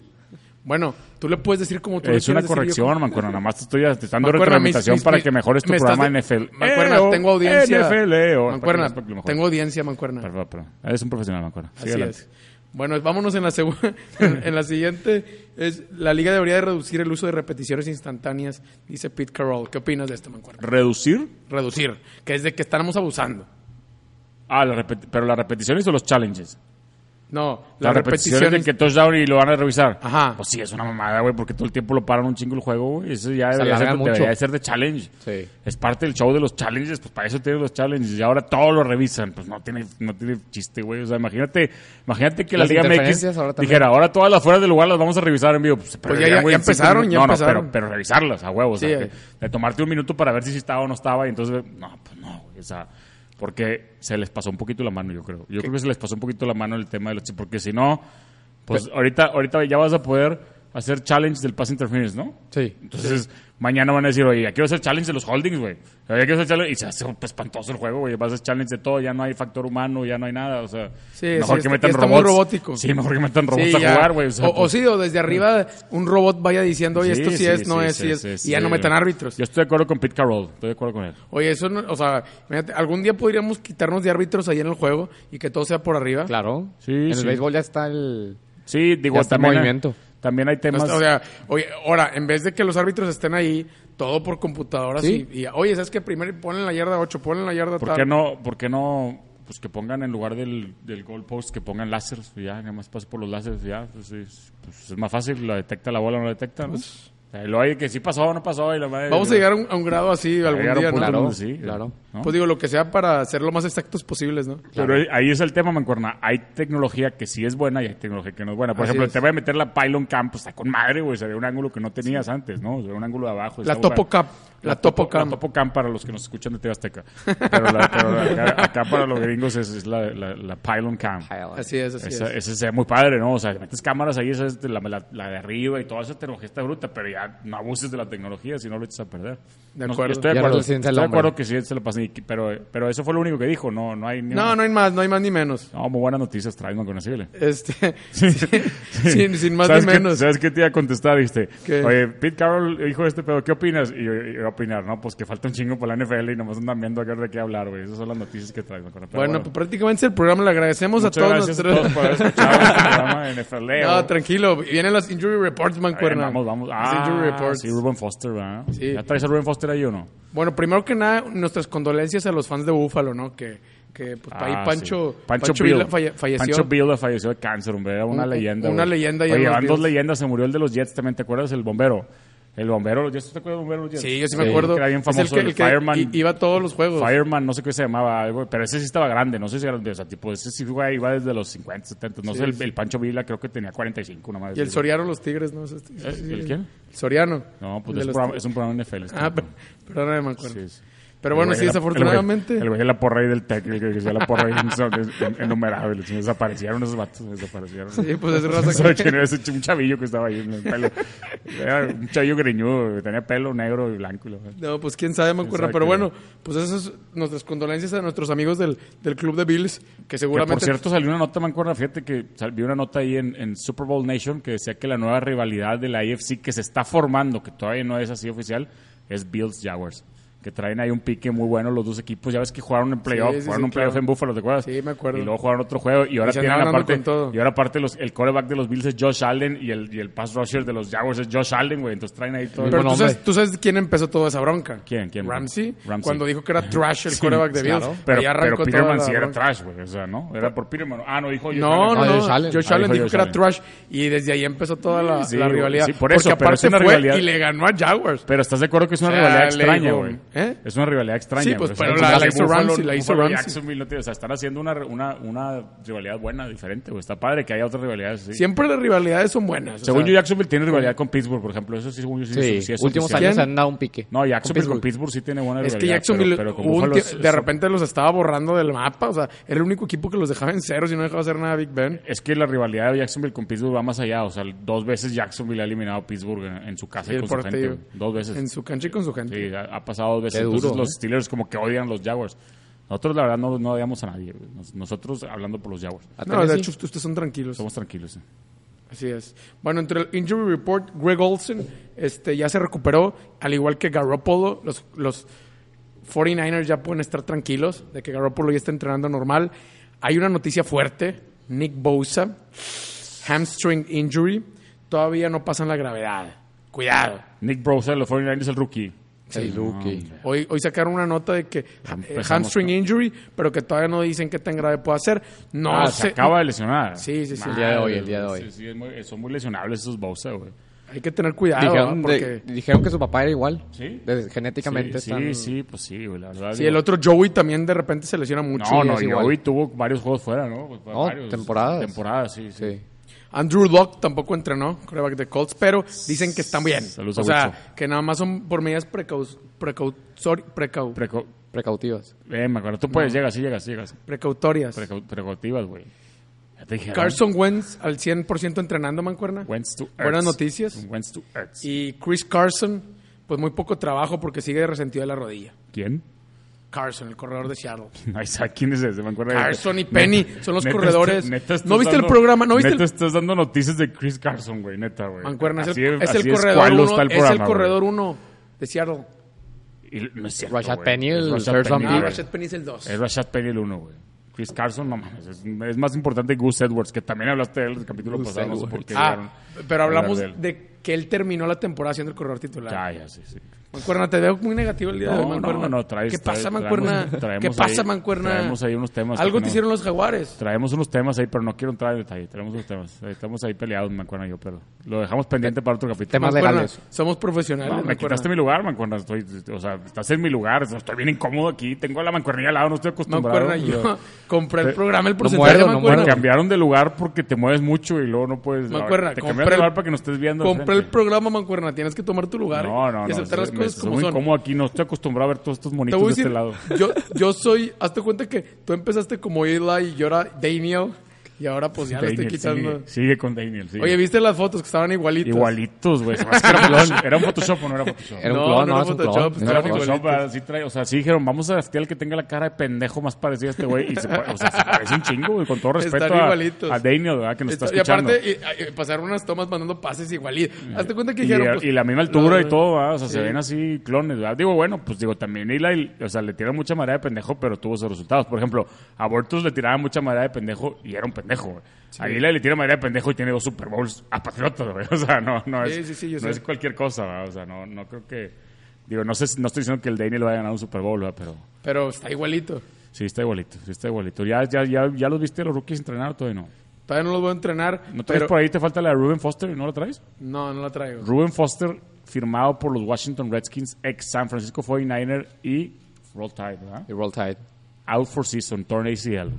Speaker 1: Bueno, tú le puedes decir como tú le
Speaker 2: Es una
Speaker 1: quieres decir, yo
Speaker 2: corrección, Mancuerna. Nada más te estoy te están dando
Speaker 1: Mancuerna, mis-
Speaker 2: retroalimentación
Speaker 1: mis-
Speaker 2: para
Speaker 1: mis-
Speaker 2: que mejores tu
Speaker 1: me estás
Speaker 2: programa
Speaker 1: de-
Speaker 2: NFL.
Speaker 1: Mancuerna,
Speaker 2: Eh, oh,
Speaker 1: tengo audiencia.
Speaker 2: NFL, oh,
Speaker 1: Mancuerna,
Speaker 2: para que lo mejor.
Speaker 1: tengo audiencia, Mancuerna.
Speaker 2: Perdón, perdón. Eres un profesional, Mancuerna. Sigue
Speaker 1: Así
Speaker 2: adelante.
Speaker 1: es. Bueno, vámonos en la, segu- [LAUGHS] en, en la siguiente. Es, la liga debería de reducir el uso de repeticiones instantáneas, dice Pete Carroll. ¿Qué opinas de esto, Mancuerna?
Speaker 2: Reducir.
Speaker 1: Reducir, que es de que estamos abusando.
Speaker 2: Ah, la repeti- pero las repeticiones o los challenges.
Speaker 1: No, la,
Speaker 2: Las
Speaker 1: repetición
Speaker 2: repeticiones de que touchdown y lo van a revisar.
Speaker 1: Ajá.
Speaker 2: Pues sí, es una mamada, güey, porque todo el tiempo lo paran un chingo el juego, güey. Eso ya
Speaker 3: Se
Speaker 2: debería ser,
Speaker 3: alargan mucho.
Speaker 2: debería ser de challenge.
Speaker 3: Sí.
Speaker 2: Es parte del show de los challenges, pues para eso tienen los challenges. Y ahora todo lo revisan. Pues no tiene, no tiene chiste, güey. O sea, imagínate, imagínate que
Speaker 3: Las
Speaker 2: la Liga
Speaker 3: interferencias
Speaker 2: MX
Speaker 3: ahora también.
Speaker 2: dijera, ahora todas las fueras del lugar las vamos a revisar en vivo. Pues, pero
Speaker 1: Pues ya- ya-
Speaker 2: güey,
Speaker 1: ya
Speaker 2: en cinco
Speaker 1: empezaron,
Speaker 2: minutos-
Speaker 1: ya
Speaker 2: no, no,
Speaker 1: empezaron.
Speaker 2: pero, pero revisarlas, a huevos.
Speaker 1: Sí,
Speaker 2: o sea,
Speaker 1: eh.
Speaker 2: que de tomarte un minuto para ver si sí estaba o no estaba. Y entonces, no, pues no, güey. O sea, porque se les pasó un poquito la mano, yo creo. Yo creo que se les pasó un poquito la mano el tema de los... Porque si no, pues ahorita, ahorita ya vas a poder hacer challenge del pass interference, ¿no?
Speaker 3: Sí.
Speaker 2: Entonces, mañana van a decir, oye, ya quiero hacer challenge de los holdings, güey. Ya quiero hacer challenge. Y se hace pues, espantoso el juego, güey. Vas a hacer challenge de todo, ya no hay factor humano, ya no hay nada. O sea,
Speaker 1: Sí,
Speaker 2: mejor
Speaker 1: sí,
Speaker 2: que
Speaker 1: está-
Speaker 2: metan
Speaker 1: ya está muy
Speaker 2: robots.
Speaker 1: robótico.
Speaker 2: Sí, mejor que metan robots
Speaker 1: Sí,
Speaker 2: a
Speaker 1: ya.
Speaker 2: jugar, güey. O, sea,
Speaker 1: o, o
Speaker 2: pues,
Speaker 1: sí, o desde arriba un robot vaya diciendo, oye, esto sí, es, no es, sí, es, y ya
Speaker 2: sí,
Speaker 1: no metan
Speaker 2: güey.
Speaker 1: árbitros.
Speaker 2: Yo estoy de acuerdo con Pete Carroll, estoy de acuerdo con él.
Speaker 1: Oye, eso no, o sea, imagínate, algún día podríamos quitarnos de árbitros ahí en el juego y que todo sea por arriba.
Speaker 3: Claro.
Speaker 2: Sí,
Speaker 3: en
Speaker 2: sí.
Speaker 3: el béisbol ya está el...
Speaker 2: Sí, digo,
Speaker 3: Ya está en
Speaker 2: también,
Speaker 3: movimiento.
Speaker 2: también hay
Speaker 1: No
Speaker 2: temas.
Speaker 1: está- o sea, oye, ahora, en vez de que los árbitros estén ahí, todo por computadoras
Speaker 3: Sí.
Speaker 1: y, y, oye, ¿sabes qué? Primero ponen la yarda 8, ponen la yarda
Speaker 2: ¿Por
Speaker 1: tal.
Speaker 2: qué no, por qué no pues que pongan en lugar del, del goalpost que pongan láseres? y Ya, nada más pasa por los láseres y ya. Pues, es, pues, es más fácil, la detecta la bola o no la detecta. ¿no? O sea, lo hay que sí pasó o no pasó. Y la madre,
Speaker 1: Pues. Vamos a llegar a un, a un grado así algún
Speaker 2: llegar a un
Speaker 1: día, ¿no?
Speaker 2: punto
Speaker 3: Claro,
Speaker 2: donde sí,
Speaker 3: claro.
Speaker 2: ¿no? Pues
Speaker 1: Pues digo, lo que sea para ser lo más exactos posibles, ¿no?
Speaker 2: Pero ahí- ahí es el tema, Mancuerna. Hay tecnología que sí es buena y hay tecnología que no es buena. Por
Speaker 1: Así
Speaker 2: ejemplo,
Speaker 1: es.
Speaker 2: te voy a meter la Pylon Cam, pues está con madre, güey. Se ve un ángulo que no tenías antes, ¿no? Se ve un ángulo de abajo.
Speaker 1: La
Speaker 2: está muy
Speaker 1: Topo
Speaker 2: padre.
Speaker 1: Cam. La Topo
Speaker 2: Topo- La
Speaker 1: Cam.
Speaker 2: Topo Cam para los que nos escuchan de TV Azteca. Pero, la- pero la- acá, acá para los gringos es, es la, la, la Pylon Cam.
Speaker 1: Así es, así
Speaker 2: Esa,
Speaker 1: es.
Speaker 2: ese se ve muy padre, ¿no? O sea, metes cámaras ahí, esa es la, la, la de arriba y toda esa tecnología está bruta, pero ya no abuses de la tecnología si no lo echas a perder.
Speaker 1: De
Speaker 2: No, yo
Speaker 1: acuerdo.
Speaker 2: estoy de
Speaker 3: Ya
Speaker 2: acuerdo,
Speaker 3: la
Speaker 2: estoy
Speaker 3: ciencia del
Speaker 2: de
Speaker 3: hombre.
Speaker 2: acuerdo que sí se lo pasen, y que- pero, pero eso fue lo único que dijo, no, no hay ni
Speaker 1: No, no hay más, no hay más ni menos.
Speaker 2: no, muy buenas noticias traes, no conocible. [LAUGHS]
Speaker 1: Este, [LAUGHS] sin, sin más ni
Speaker 2: ¿Sabes qué-
Speaker 1: menos.
Speaker 2: ¿Sabes qué te iba a contestar? Dijiste,
Speaker 1: ¿Qué?
Speaker 2: oye, Pete Carroll dijo este pedo, ¿qué opinas? Y yo, yo, opinar, ¿no? Pues que falta un chingo por la NFL y nomás andan viendo a ver de qué hablar, güey. Esas son las noticias que traigo. Bueno,
Speaker 1: Bueno, pues prácticamente el programa le agradecemos
Speaker 2: muchas
Speaker 1: a todos
Speaker 2: gracias
Speaker 1: nuestros.
Speaker 2: a todos por haber
Speaker 1: [LAUGHS]
Speaker 2: escuchado el programa de NFL.
Speaker 1: no, tranquilo. Vienen los injury reports, mancuerna.
Speaker 2: vamos, vamos.
Speaker 1: Los injury
Speaker 2: Ah,
Speaker 1: reports.
Speaker 2: sí, Ruben Foster, ¿verdad?
Speaker 1: Sí.
Speaker 2: ¿Ya traes a Ruben Foster ahí o no?
Speaker 1: Bueno, primero que nada, nuestras condolencias a los fans de Búfalo, ¿no? Que, que pues, ahí
Speaker 2: Ah,
Speaker 1: Pancho,
Speaker 2: sí.
Speaker 1: Pancho,
Speaker 2: Villa
Speaker 1: Vila falle- falleció.
Speaker 2: Pancho Villa falleció de cáncer, hombre. Era una
Speaker 1: Un-
Speaker 2: leyenda.
Speaker 1: una
Speaker 2: güey.
Speaker 1: leyenda ya
Speaker 2: Oye,
Speaker 1: en los
Speaker 2: van dos
Speaker 1: Bills.
Speaker 2: leyendas. Se murió el de los Jets también. ¿Te acuerdas? El bombero. El bombero. ¿Ya tú te acuerdas del bombero de los Jets?
Speaker 1: sí, yo sí me
Speaker 3: Sí,
Speaker 1: acuerdo.
Speaker 2: que era bien
Speaker 1: Es
Speaker 2: famoso, el fireman.
Speaker 1: i- iba a todos los juegos.
Speaker 2: Fireman, no sé qué se llamaba, algo, pero ese sí estaba grande, no sé si era, o sea, tipo, ese sí güey, iba desde los 50, 70, no
Speaker 1: Sí,
Speaker 2: sé, el,
Speaker 1: sí.
Speaker 2: el Pancho Vila creo que tenía 45, una madre
Speaker 1: y el
Speaker 2: así.
Speaker 1: Soriano los Tigres, ¿no? Sí, sí,
Speaker 2: ¿Eh?
Speaker 1: sí.
Speaker 2: ¿El quién?
Speaker 1: El Soriano.
Speaker 2: No,
Speaker 1: El
Speaker 2: pues
Speaker 1: de
Speaker 2: es, un
Speaker 1: los
Speaker 2: programa,
Speaker 1: Tigres.
Speaker 2: es un programa de NFL. este.
Speaker 1: Ah, per- perdóname, mancuerna.
Speaker 2: Sí, sí.
Speaker 1: Pero bueno,
Speaker 2: El güey
Speaker 1: sí,
Speaker 2: era-
Speaker 1: desafortunadamente.
Speaker 2: El güey, el güey era por rey del tech, el güey que decía la por rey innumerable. Desaparecieron esos vatos, desapaparecieron.
Speaker 1: Sí,
Speaker 2: [LAUGHS]
Speaker 1: pues, es raza
Speaker 2: No sabe
Speaker 1: que-
Speaker 2: quién era ese ch- un chavillo que estaba ahí. en el pelo. Era un chavillo greñudo, güey, tenía pelo negro y blanco. y la verdad.
Speaker 1: No, pues quién sabe, mancuerna.
Speaker 2: Exacto.
Speaker 1: Pero bueno, pues esas son nuestras condolencias a nuestros amigos del, del Club de Bills, que
Speaker 2: Que, por
Speaker 1: seguramente.
Speaker 2: cierto, salió una nota, me acuerdo, fíjate que sal- vi una nota ahí en, en Super Bowl Nation que decía que la nueva rivalidad de la AFC que se está formando, que todavía no es así oficial, es Bills Jaguars. Que traen ahí un pique muy bueno los dos equipos. Ya ves que jugaron en playoff,
Speaker 1: Sí, sí,
Speaker 2: jugaron
Speaker 1: sí,
Speaker 2: un playoff
Speaker 1: claro.
Speaker 2: en Buffalo, ¿te acuerdas?
Speaker 1: Sí, me acuerdo.
Speaker 2: Y luego jugaron otro juego y ahora
Speaker 1: se
Speaker 2: tienen
Speaker 1: andaban dando
Speaker 2: aparte.
Speaker 1: con todo.
Speaker 2: Y ahora aparte los, el quarterback de los Bills es Josh Allen y el, y el pass rusher de los Jaguars es Josh Allen, güey. Entonces traen ahí todo. el-
Speaker 1: Pero
Speaker 3: Buen
Speaker 1: tú
Speaker 3: hombre.
Speaker 1: sabes, tú sabes quién empezó toda esa bronca.
Speaker 2: ¿Quién? ¿Quién?
Speaker 1: Ramsey.
Speaker 2: Ramsey.
Speaker 1: Cuando dijo
Speaker 2: [LAUGHS]
Speaker 1: que era trash el quarterback de Bills.
Speaker 3: claro.
Speaker 1: Ahí
Speaker 2: pero, pero
Speaker 1: arrancó toda
Speaker 2: Peterman
Speaker 1: la
Speaker 2: sí era
Speaker 1: bronca.
Speaker 2: trash, güey. O sea, ¿no? Era por Peterman. Ah, no, dijo Josh
Speaker 1: No,
Speaker 2: Allen.
Speaker 1: no,
Speaker 3: Ah,
Speaker 1: no.
Speaker 3: Josh Allen.
Speaker 1: Josh
Speaker 2: Ah,
Speaker 1: Allen
Speaker 2: dijo
Speaker 1: dijo
Speaker 2: Josh
Speaker 1: que era
Speaker 2: Allen.
Speaker 1: trash y desde ahí empezó toda la,
Speaker 2: Sí,
Speaker 1: la
Speaker 2: güey,
Speaker 1: rivalidad.
Speaker 2: sí, por eso,
Speaker 1: Porque
Speaker 2: pero es
Speaker 1: aparte
Speaker 2: una
Speaker 1: fue
Speaker 2: rivalidad-
Speaker 1: y le ganó a Jaguars.
Speaker 2: Pero estás de acuerdo que es una
Speaker 1: O sea,
Speaker 2: rivalidad
Speaker 1: le
Speaker 2: extraña,
Speaker 1: digo,
Speaker 2: güey.
Speaker 1: ¿eh?
Speaker 2: Es una rivalidad extraña.
Speaker 1: Sí,
Speaker 2: güey.
Speaker 1: pues,
Speaker 2: O sea,
Speaker 1: pero
Speaker 2: es
Speaker 1: la-
Speaker 2: como
Speaker 1: la hizo
Speaker 2: Buffalo-
Speaker 1: Ramsey, la hizo
Speaker 2: Buffalo y
Speaker 1: Ramsey.
Speaker 2: Jacksonville no tiene- o sea, están haciendo una, una, una rivalidad buena, diferente, güey. Está padre que haya otras rivalidades. así.
Speaker 1: Siempre las rivalidades son buenas. o
Speaker 2: Según
Speaker 1: sea,
Speaker 2: yo, Jacksonville tiene rivalidad con Pittsburgh, por ejemplo. Eso sí, según yo, sí,
Speaker 3: Sí,
Speaker 2: sí es
Speaker 3: últimos
Speaker 2: oficial.
Speaker 3: años
Speaker 1: ¿Quién?
Speaker 3: han dado un pique.
Speaker 2: No, Jacksonville
Speaker 1: Pittsburgh.
Speaker 2: con Pittsburgh sí tiene buena
Speaker 1: Es
Speaker 2: rivalidad.
Speaker 1: que Jacksonville
Speaker 2: pero, pero con
Speaker 1: hubo un
Speaker 2: Buffalo
Speaker 1: tie-
Speaker 2: es-
Speaker 1: de
Speaker 2: es-
Speaker 1: repente los estaba borrando del mapa. O sea, era el único equipo que los dejaba en ceros y no dejaba hacer nada Big Ben.
Speaker 2: Es que la rivalidad de Jacksonville con Pittsburgh va más allá. O sea, dos veces Jacksonville ha eliminado a Pittsburgh en, en su casa
Speaker 1: Sí,
Speaker 2: y con su
Speaker 1: por
Speaker 2: gente.
Speaker 1: ti,
Speaker 2: güey. Dos veces.
Speaker 1: En su cancha y con su gente.
Speaker 2: Sí, ha, ha pasado dos veces.
Speaker 3: Qué duro,
Speaker 2: Entonces los
Speaker 3: ¿eh?
Speaker 2: Steelers como que odian a los Jaguars. Nosotros la verdad no, no odiamos a nadie. güey. Nos- nosotros hablando por los Jaguars.
Speaker 3: ¿A
Speaker 1: No, de
Speaker 3: Tennessee?
Speaker 1: hecho, ust- ustedes son tranquilos.
Speaker 2: Somos tranquilos. eh. sí.
Speaker 1: Así es. Bueno, entre el injury report, Greg Olsen este, ya se recuperó, al igual que Garoppolo. Los, los 49ers ya pueden estar tranquilos de que Garoppolo ya está entrenando normal. Hay una noticia fuerte. Nick Bosa, hamstring injury. Todavía no pasan la gravedad. Cuidado.
Speaker 2: Nick Bosa, los 49ers, el rookie.
Speaker 3: El Lucky.
Speaker 1: Hoy, hoy sacaron una nota de que eh,
Speaker 2: empezamos
Speaker 1: hamstring
Speaker 2: con-
Speaker 1: injury, pero que todavía no dicen qué tan grave puede ser. No
Speaker 2: Ah,
Speaker 1: sé.
Speaker 2: se acaba de lesionar.
Speaker 1: Sí, sí, sí.
Speaker 3: El día de hoy, el
Speaker 2: güey.
Speaker 3: día de hoy.
Speaker 2: Sí, sí, es muy- son muy lesionables esos Bosa, güey.
Speaker 1: Hay que tener cuidado. ¿verdad?
Speaker 3: Dijeron, de-
Speaker 1: porque...
Speaker 3: dijeron que su papá era igual.
Speaker 2: Sí.
Speaker 3: De-
Speaker 2: Sí,
Speaker 3: genéticamente
Speaker 2: sí,
Speaker 3: están-
Speaker 2: sí, pues sí, güey, la verdad.
Speaker 1: Sí, el
Speaker 2: digo,
Speaker 1: otro Joey también de repente se lesiona mucho.
Speaker 2: No,
Speaker 3: sí,
Speaker 2: no,
Speaker 3: es
Speaker 2: y
Speaker 3: igual.
Speaker 2: hoy tuvo varios juegos fuera, ¿no? Pues,
Speaker 3: No,
Speaker 2: varios.
Speaker 3: temporadas.
Speaker 2: Temporadas, sí, sí.
Speaker 3: Sí.
Speaker 1: Andrew Luck tampoco entrenó, quarterback de Colts, pero dicen que están bien.
Speaker 2: Saludos
Speaker 1: o
Speaker 2: a
Speaker 1: sea,
Speaker 2: Wicho.
Speaker 1: que nada más son por medidas precaus- precausori- precau-
Speaker 2: Preco-
Speaker 3: Precautivas.
Speaker 2: eh, me acuerdo, tú puedes, llegas, sí, llegas, sí, llegas.
Speaker 1: precautorias.
Speaker 2: Preco- Precautivas, güey. Ya te dije.
Speaker 1: Carson Wentz al 100% entrenando, mancuerna.
Speaker 2: Wentz to Ertz.
Speaker 1: Buenas noticias.
Speaker 2: Wentz to Ertz.
Speaker 1: Y Chris Carson, pues muy poco trabajo porque sigue resentido de la rodilla.
Speaker 2: ¿Quién? [LAUGHS]
Speaker 1: Carson, el corredor de Seattle.
Speaker 2: Ay, ¿sabes quién es ese? Me acuerdo de-
Speaker 1: Carson y Penny son los
Speaker 2: neta,
Speaker 1: corredores.
Speaker 2: estás- neta, estás
Speaker 1: ¿No viste el
Speaker 2: dando-
Speaker 1: programa? ¿No viste
Speaker 2: neta,
Speaker 1: el-
Speaker 2: estás dando noticias de Chris Carson, güey, neta, güey.
Speaker 1: Mancuerna, es
Speaker 2: Así
Speaker 1: el, es el
Speaker 2: así
Speaker 1: corredor
Speaker 2: cualo
Speaker 1: 1
Speaker 2: está el
Speaker 1: es el
Speaker 2: programa,
Speaker 1: corredor uno de Seattle.
Speaker 2: güey. Y- no es cierto,
Speaker 3: Rashad
Speaker 2: güey.
Speaker 3: Penny,
Speaker 2: Es
Speaker 3: el
Speaker 2: Rashad Penny,
Speaker 3: first round
Speaker 1: Ah,
Speaker 2: güey.
Speaker 3: pick.
Speaker 1: Rashad Penny es el 2.
Speaker 2: Es Rashad Penny el uno, güey. Chris Carson, no mames. Es, es más importante que Gus Edwards, que también hablaste de él en el capítulo
Speaker 3: Gus
Speaker 2: pasado. No sé por
Speaker 3: Edwards.
Speaker 2: qué llegaron
Speaker 1: Ah, pero
Speaker 2: a
Speaker 1: hablamos
Speaker 2: hablar él.
Speaker 1: de que él terminó la temporada siendo el corredor titular.
Speaker 2: Ya, ya, sí, sí.
Speaker 1: Mancuerna, te veo muy negativo el día de hoy,
Speaker 2: No,
Speaker 1: Mancuerna.
Speaker 2: no, no, traes,
Speaker 1: ¿Qué pasa,
Speaker 2: traes-
Speaker 1: Mancuerna?
Speaker 2: traemos- traemos
Speaker 1: ¿Qué pasa,
Speaker 2: ahí-
Speaker 1: Mancuerna?
Speaker 2: traemos ahí unos temas
Speaker 1: Algo
Speaker 2: que
Speaker 1: te
Speaker 2: no-
Speaker 1: hicieron los jaguares.
Speaker 2: Traemos unos temas ahí, pero no quiero entrar en detalle. Traemos unos temas. Ahí Estamos ahí peleados, me acuerdo yo, pero lo dejamos pendiente para otro capítulo.
Speaker 3: Temas
Speaker 1: Mancuerna,
Speaker 3: legales.
Speaker 1: somos profesionales,
Speaker 2: No, me
Speaker 1: Mancuerna.
Speaker 2: quitaste mi lugar, mancuerna. Estoy, o sea, estás en mi lugar. o sea, Estoy bien incómodo aquí. Tengo a la mancuernilla al lado, no estoy acostumbrado.
Speaker 1: Mancuerna,
Speaker 2: o sea,
Speaker 1: yo [LAUGHS] compré el
Speaker 2: Te-
Speaker 1: programa, el
Speaker 3: no
Speaker 1: porcentaje,
Speaker 3: muerdo, no
Speaker 2: Te
Speaker 1: Mancuerna.
Speaker 3: muerdo.
Speaker 2: cambiaron de lugar porque te mueves mucho y luego no puedes.
Speaker 1: Mancuerna,
Speaker 2: te
Speaker 1: compré
Speaker 2: cambiaron de
Speaker 1: el-
Speaker 2: lugar para que no estés viendo. al
Speaker 1: Compré el
Speaker 2: frente.
Speaker 1: programa, Mancuerna. Tienes que tomar tu lugar
Speaker 2: No, no, no.
Speaker 1: y aceptar las
Speaker 2: me- me
Speaker 1: cosas como
Speaker 2: muy
Speaker 1: son.
Speaker 2: incómodo aquí. No estoy acostumbrado a ver todos estos
Speaker 1: Te
Speaker 2: monitos
Speaker 1: voy
Speaker 2: de
Speaker 1: a decir,
Speaker 2: este lado.
Speaker 1: yo, yo soy, hazte cuenta que tú empezaste como Eli y yo era Daniel Y ahora pues ya lo estoy
Speaker 2: Daniel,
Speaker 1: quitando.
Speaker 2: Sigue, sigue con Daniel. sigue.
Speaker 1: Oye, ¿viste las fotos que estaban igualitas?
Speaker 2: Igualitos, güey. Es que
Speaker 1: [LAUGHS]
Speaker 2: Era, Photoshop. Era un Photoshop o no era Photoshop.
Speaker 3: Era un
Speaker 1: No,
Speaker 3: clon,
Speaker 1: no
Speaker 3: no,
Speaker 1: era
Speaker 3: es un
Speaker 1: Photoshop,
Speaker 3: clon.
Speaker 2: Era
Speaker 1: estaban
Speaker 3: Era
Speaker 2: Photoshop,
Speaker 1: igualitos.
Speaker 2: ah, sí trae- o sea, sí dijeron, vamos a hacer el que tenga la cara de pendejo más parecida a este güey. Y se, pa- o sea, se parece un chingo, güey, con todo respeto
Speaker 1: Están
Speaker 2: a,
Speaker 1: igualitos.
Speaker 2: a Daniel, ¿verdad? Que nos está
Speaker 1: y
Speaker 2: escuchando.
Speaker 1: aparte, y- y pasaron unas tomas mandando pases igualitos. Hazte cuenta que
Speaker 2: Y,
Speaker 1: dijeron.
Speaker 2: a-
Speaker 1: pues,
Speaker 2: y la misma altura y
Speaker 1: no,
Speaker 2: todo, ¿verdad? o sea, se
Speaker 1: Sí.
Speaker 2: ven así clones, ¿verdad? Digo, bueno, pues digo, también Eli, o sea, le tiran mucha marea de pendejo, pero tuvo sus resultados. Por ejemplo, a Bortus le tiraban mucha marea de pendejo y era un pendejo, güey. A Eli le tira marea de pendejo y tiene dos Super Bowls a Patriotas, güey. [LAUGHS] O sea, no, no, es,
Speaker 1: Sí, sí, sí, yo
Speaker 2: no
Speaker 1: sé.
Speaker 2: es cualquier cosa, ¿verdad? O sea, no, no creo que... Digo, no sé, si- no estoy diciendo que el Daniel vaya a ganar un Super Bowl, ¿verdad? Pero
Speaker 1: Pero está igualito.
Speaker 2: sí está igualito, sí está igualito. ¿Ya, ya, ya, ya los viste los rookies entrenar o todavía no?
Speaker 1: Todavía no los voy a entrenar.
Speaker 2: ¿No traes
Speaker 1: pero...
Speaker 2: por ahí? ¿Te falta la de Ruben Foster y no la traes?
Speaker 1: No, no la traigo.
Speaker 2: Ruben Foster, firmado por los Washington Redskins, ex San Francisco 49er y Roll Tide, ¿verdad?
Speaker 3: Y Roll Tide.
Speaker 2: Out for season, torn ACL.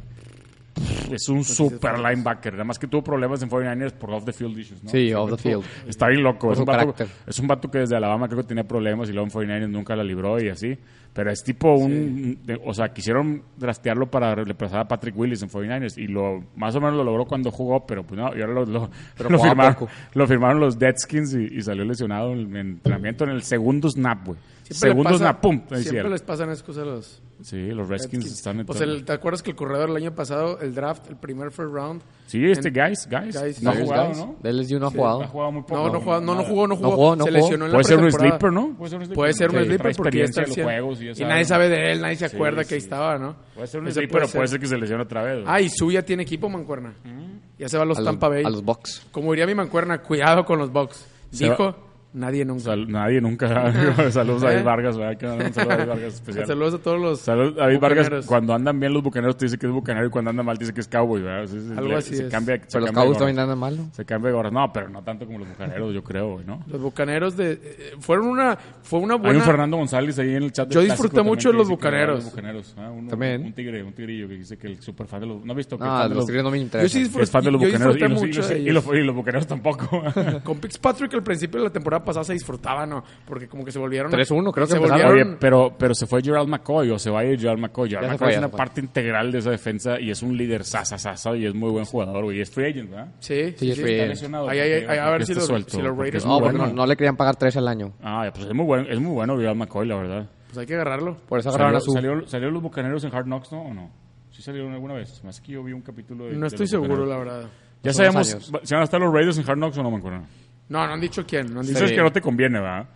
Speaker 2: Es un super linebacker. Nada más que tuvo problemas en 49ers por off the field issues, ¿no?
Speaker 3: Sí,
Speaker 2: Se
Speaker 3: off the
Speaker 2: fue-
Speaker 3: field.
Speaker 2: Está bien loco. Es
Speaker 3: su
Speaker 2: un, vato,
Speaker 3: carácter.
Speaker 2: es un vato que desde Alabama creo que tenía problemas y luego en 49ers nunca la libró y así. Pero es tipo un... de- o sea, quisieron draftearlo para reemplazar a Patrick Willis en 49ers y lo, más o menos lo logró cuando jugó, pero pues no, y ahora lo, lo- lo
Speaker 3: poco a
Speaker 2: firmaron,
Speaker 3: poco.
Speaker 2: lo firmaron los Deadskins y, y salió lesionado en el entrenamiento en el segundo snap, güey.
Speaker 1: Siempre le
Speaker 2: Segundo
Speaker 1: pasa-
Speaker 2: snap, pum, te
Speaker 1: Siempre
Speaker 2: hicieron.
Speaker 1: les pasan esas cosas a los.
Speaker 2: Sí, los Redskins están en
Speaker 1: Pues
Speaker 2: todo.
Speaker 1: el- ¿te acuerdas que el corredor el año pasado, el draft, el primer first round?
Speaker 2: Sí, este
Speaker 1: en-
Speaker 2: Guys, Guys,
Speaker 1: Guys,
Speaker 2: no ha
Speaker 1: Guys,
Speaker 2: jugado,
Speaker 3: Guys,
Speaker 2: ¿no?
Speaker 3: De LSU no ha
Speaker 2: Ha
Speaker 3: jugado.
Speaker 2: jugado muy poco.
Speaker 1: No, no, jugaba- no, no jugó, no jugó.
Speaker 3: jugó, no
Speaker 1: se
Speaker 3: jugó.
Speaker 1: lesionó en la
Speaker 2: Puede ser un
Speaker 1: pretemporada.
Speaker 2: sleeper, ¿no? Puede ser un sleeper.
Speaker 1: Puede ser un
Speaker 2: Sí.
Speaker 1: sleeper
Speaker 2: Trae
Speaker 1: porque ya
Speaker 2: experiencia
Speaker 1: está al
Speaker 2: en los
Speaker 1: 100.
Speaker 2: juegos y ya
Speaker 1: y
Speaker 2: sabe.
Speaker 1: nadie sabe de él, nadie se acuerda
Speaker 2: sí,
Speaker 1: que ahí
Speaker 2: sí.
Speaker 1: estaba, ¿no?
Speaker 2: Puede ser un
Speaker 1: Ese
Speaker 2: sleeper, pero puede ser que se lesione otra vez.
Speaker 1: Ah, y Su ya tiene equipo, mancuerna. Ya se va a los
Speaker 3: A los-
Speaker 1: Tampa Bay.
Speaker 3: A los Bucks.
Speaker 1: Como diría mi mancuerna, cuidado con los Bucks.
Speaker 2: Se
Speaker 1: Dijo, nadie nunca.
Speaker 2: Sal- nadie nunca. [LAUGHS]
Speaker 1: [LAUGHS]
Speaker 2: digo, Saludos a
Speaker 1: ¿Eh?
Speaker 2: David Vargas, ¿verdad? Que un saludo a David
Speaker 1: [LAUGHS]
Speaker 2: Vargas especial.
Speaker 1: Saludos a todos los
Speaker 2: Saludos a pues David Vargas.
Speaker 1: bucaneros.
Speaker 2: Cuando andan bien los bucaneros te dice que es bucanero y cuando andan mal te dice que es cowboy, ¿verdad? Sí, sí,
Speaker 1: Algo
Speaker 2: le-
Speaker 1: así
Speaker 2: se
Speaker 1: es.
Speaker 2: Cambia, se
Speaker 3: Pero los
Speaker 2: cambia de
Speaker 3: Cowboys
Speaker 2: gorra.
Speaker 3: también andan mal, ¿no?
Speaker 2: Se cambia de gorra. No, pero no tanto como los bucaneros, yo creo, güey, ¿no?
Speaker 1: Los bucaneros de eh, fueron una fue una
Speaker 2: Hay un
Speaker 1: buena
Speaker 2: Fernando González ahí en el chat. del
Speaker 1: Yo disfruté
Speaker 2: Clásico
Speaker 1: mucho
Speaker 2: también
Speaker 1: los
Speaker 2: que dice que
Speaker 1: Bucaneros.
Speaker 2: los bucaneros. ah, uno-
Speaker 3: También.
Speaker 2: Un tigre, un tigrillo que dice que el super fan de los. ¿No has
Speaker 1: Ah,
Speaker 2: visto? que
Speaker 3: No,
Speaker 2: fan de
Speaker 3: los Tigres no me
Speaker 1: Yo sí
Speaker 3: interesan.
Speaker 2: Es fan de los
Speaker 1: yo
Speaker 2: bucaneros y
Speaker 1: disfruté
Speaker 2: los, y
Speaker 1: mucho
Speaker 2: los-
Speaker 1: de
Speaker 2: y
Speaker 1: ellos.
Speaker 2: los- y los bucaneros tampoco.
Speaker 1: [LAUGHS] Con Fitzpatrick al principio de la temporada pasada se disfrutaba, ¿no? Porque como que se volvieron...
Speaker 3: 3-1 creo que
Speaker 1: se
Speaker 3: empezaron.
Speaker 1: volvieron-
Speaker 2: Oye, pero, pero se fue Gerald McCoy o se va a ir Gerald McCoy. Gerald
Speaker 3: Ya se
Speaker 2: McCoy
Speaker 3: fue,
Speaker 2: es
Speaker 3: ya
Speaker 2: una
Speaker 3: se fue.
Speaker 2: parte integral de esa defensa y es un líder sasa, sasa y es muy buen jugador, güey. Y es free agent, ¿verdad?
Speaker 1: Sí,
Speaker 3: Sí,
Speaker 1: sí,
Speaker 3: es
Speaker 1: sí.
Speaker 3: free
Speaker 2: Está
Speaker 3: agent.
Speaker 2: lesionado.
Speaker 1: Ay, ay, ay,
Speaker 2: porque-
Speaker 1: a ver
Speaker 2: porque
Speaker 1: si
Speaker 2: está
Speaker 1: los- si los
Speaker 2: porque
Speaker 1: Raiders-
Speaker 2: es muy
Speaker 3: No, porque
Speaker 2: bueno.
Speaker 3: no, no le querían pagar tres al año.
Speaker 2: Ah, pues es muy bueno, es muy bueno Gerald McCoy, la verdad.
Speaker 1: Pues hay que agarrarlo.
Speaker 3: Por eso agarraron
Speaker 2: Salió,
Speaker 3: a su.
Speaker 2: salió- salió los bucaneros en Hard Knocks, ¿no? ¿O no? ¿Sí salieron alguna vez? Más que yo vi un capítulo de. de
Speaker 1: No
Speaker 2: los
Speaker 1: estoy seguro,
Speaker 2: Bucaneros.
Speaker 1: la verdad.
Speaker 2: Ya
Speaker 3: Hace unos
Speaker 2: sabemos
Speaker 3: años.
Speaker 2: si van a estar los Raiders en Hard Knocks o no, Mancuerna.
Speaker 1: No, no han dicho quién. No han
Speaker 2: Si
Speaker 1: dicho.
Speaker 2: sabes que no te conviene, ¿verdad?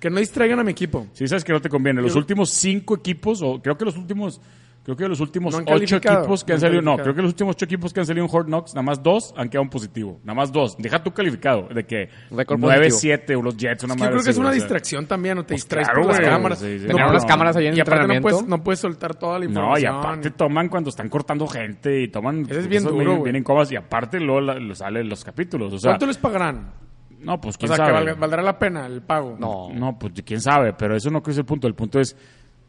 Speaker 1: Que no distraigan a mi equipo.
Speaker 2: Si sabes que no te conviene. Los últimos cinco equipos, o creo que los últimos, creo que los últimos
Speaker 1: No han
Speaker 2: ocho
Speaker 1: calificado,
Speaker 2: equipos que
Speaker 1: no
Speaker 2: han
Speaker 1: han
Speaker 2: salido, no,
Speaker 1: calificado.
Speaker 2: creo que los últimos ocho equipos que han salido en Hard Knocks, nada más dos han quedado en positivo. Nada más dos. Deja tú calificado, de que
Speaker 3: Récord
Speaker 2: 9-7 o los Jets, una
Speaker 1: Es que yo
Speaker 2: madre
Speaker 1: creo que
Speaker 2: así,
Speaker 1: es una
Speaker 2: o sea. Pues
Speaker 1: distracción también, no te distraes
Speaker 2: claro,
Speaker 1: por las
Speaker 2: güey,
Speaker 1: cámaras.
Speaker 2: sí, sí.
Speaker 1: No,
Speaker 3: Tenían
Speaker 2: No,
Speaker 3: unas
Speaker 2: no.
Speaker 3: cámaras ahí en el
Speaker 1: y aparte no
Speaker 3: entrenamiento.
Speaker 1: puedes, no puedes soltar toda la
Speaker 2: No, y
Speaker 1: información.
Speaker 2: aparte toman cuando están cortando gente y toman.
Speaker 1: Eso es bien
Speaker 2: cosas,
Speaker 1: duro,
Speaker 2: vienen-
Speaker 1: güey.
Speaker 2: Vienen comas y aparte luego la- lo salen los capítulos. O sea,
Speaker 1: ¿Cuánto les pagarán?
Speaker 2: no, pues
Speaker 1: O
Speaker 2: quién
Speaker 1: sea,
Speaker 2: sabe.
Speaker 1: que valga- valdrá la pena el pago.
Speaker 3: No.
Speaker 2: No, pues quién sabe, pero eso no creo que es el punto. El punto es,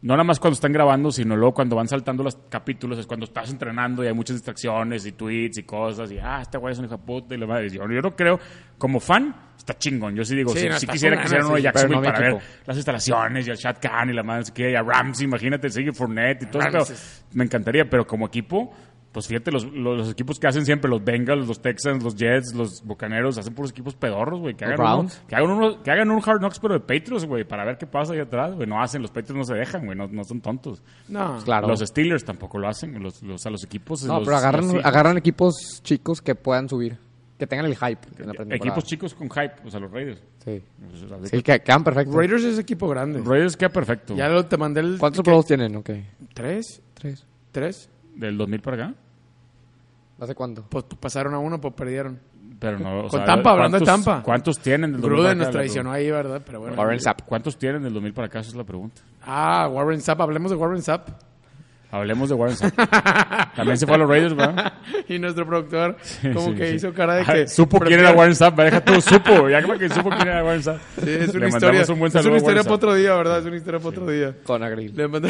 Speaker 2: no nada más cuando están grabando, sino luego cuando van saltando los capítulos, es cuando estás entrenando y hay muchas distracciones y tweets y cosas, y ah, este güey es un hijo de puta y la madre. Yo, yo no creo, como fan, está chingón. Yo sí digo,
Speaker 1: Sí,
Speaker 2: sí,
Speaker 1: no,
Speaker 2: sí
Speaker 1: está
Speaker 2: quisiera
Speaker 1: con
Speaker 2: que hicieran
Speaker 1: ganas,
Speaker 2: uno de
Speaker 1: sí,
Speaker 2: Jacksonville
Speaker 3: pero no mi
Speaker 2: para ver
Speaker 3: equipo.
Speaker 2: las instalaciones y el Shad Khan y la madre, no sé qué, y a Rams, imagínate, sigue Fournette y todo eso.
Speaker 1: Ramses.
Speaker 2: Me encantaría, pero como equipo. Pues fíjate, los, los, los equipos que hacen siempre, los Bengals, los Texans, los Jets, los Bucaneros, hacen puros equipos pedorros, güey, que
Speaker 3: Los
Speaker 2: hagan uno-
Speaker 3: Browns.
Speaker 2: que hagan, uno, que hagan un Hard Knocks, pero de Patriots, güey, para ver qué pasa ahí atrás, güey. No hacen, los Patriots no se dejan, güey, no, no son tontos.
Speaker 1: No.
Speaker 3: Claro.
Speaker 2: Los Steelers tampoco lo hacen, los, los, a los equipos.
Speaker 3: No,
Speaker 2: los-
Speaker 3: pero
Speaker 2: los-
Speaker 3: agarran, agarran equipos chicos que puedan subir. Que tengan el hype en la pretemporada.
Speaker 2: eh, Equipos chicos con hype, o sea, los Raiders.
Speaker 3: Sí.
Speaker 2: O sea, de-
Speaker 3: Sí, que quedan perfectos.
Speaker 1: Raiders es equipo grande.
Speaker 2: Raiders queda perfecto.
Speaker 1: Ya lo- te mandé el...
Speaker 3: ¿Cuántos Pro Bowls tienen? Ok.
Speaker 1: ¿Tres?
Speaker 3: Tres.
Speaker 1: ¿Tres?
Speaker 2: Del 2000 para acá.
Speaker 3: ¿Hace cuánto?
Speaker 1: Pues pasaron a uno, pues perdieron.
Speaker 2: Pero no, o
Speaker 1: Con
Speaker 2: sea,
Speaker 1: Tampa, hablando de
Speaker 2: ¿cuántos-
Speaker 1: Tampa.
Speaker 2: ¿Cuántos tienen del 2000 para
Speaker 1: Gruden
Speaker 2: acá?
Speaker 1: nos traicionó ahí, ¿verdad? Pero bueno.
Speaker 3: Warren Sapp.
Speaker 2: ¿Cuántos tienen del 2000 para acá? Esa es la pregunta.
Speaker 1: Ah, Warren Sapp. Hablemos de Warren Sapp. [LAUGHS]
Speaker 2: Hablemos de Warren Sapp. También se fue a los Raiders, ¿verdad?
Speaker 1: Y nuestro productor [LAUGHS] como
Speaker 2: Sí,
Speaker 1: que
Speaker 2: sí.
Speaker 1: hizo cara de
Speaker 2: Ah,
Speaker 1: que...
Speaker 2: Supo quién
Speaker 1: prefiero-
Speaker 2: era Warren Sapp, me deja tú, supo. Ya creo que supo quién era Warren Sapp.
Speaker 1: [LAUGHS] Sí, es una
Speaker 2: Le
Speaker 1: historia.
Speaker 2: mandamos un buen
Speaker 1: es
Speaker 2: saludo
Speaker 1: una
Speaker 2: a
Speaker 1: historia
Speaker 2: Warren
Speaker 1: para
Speaker 2: Sapp.
Speaker 1: otro día, ¿verdad? Es una historia para otro día.
Speaker 3: Con Agril.
Speaker 1: Le mandé...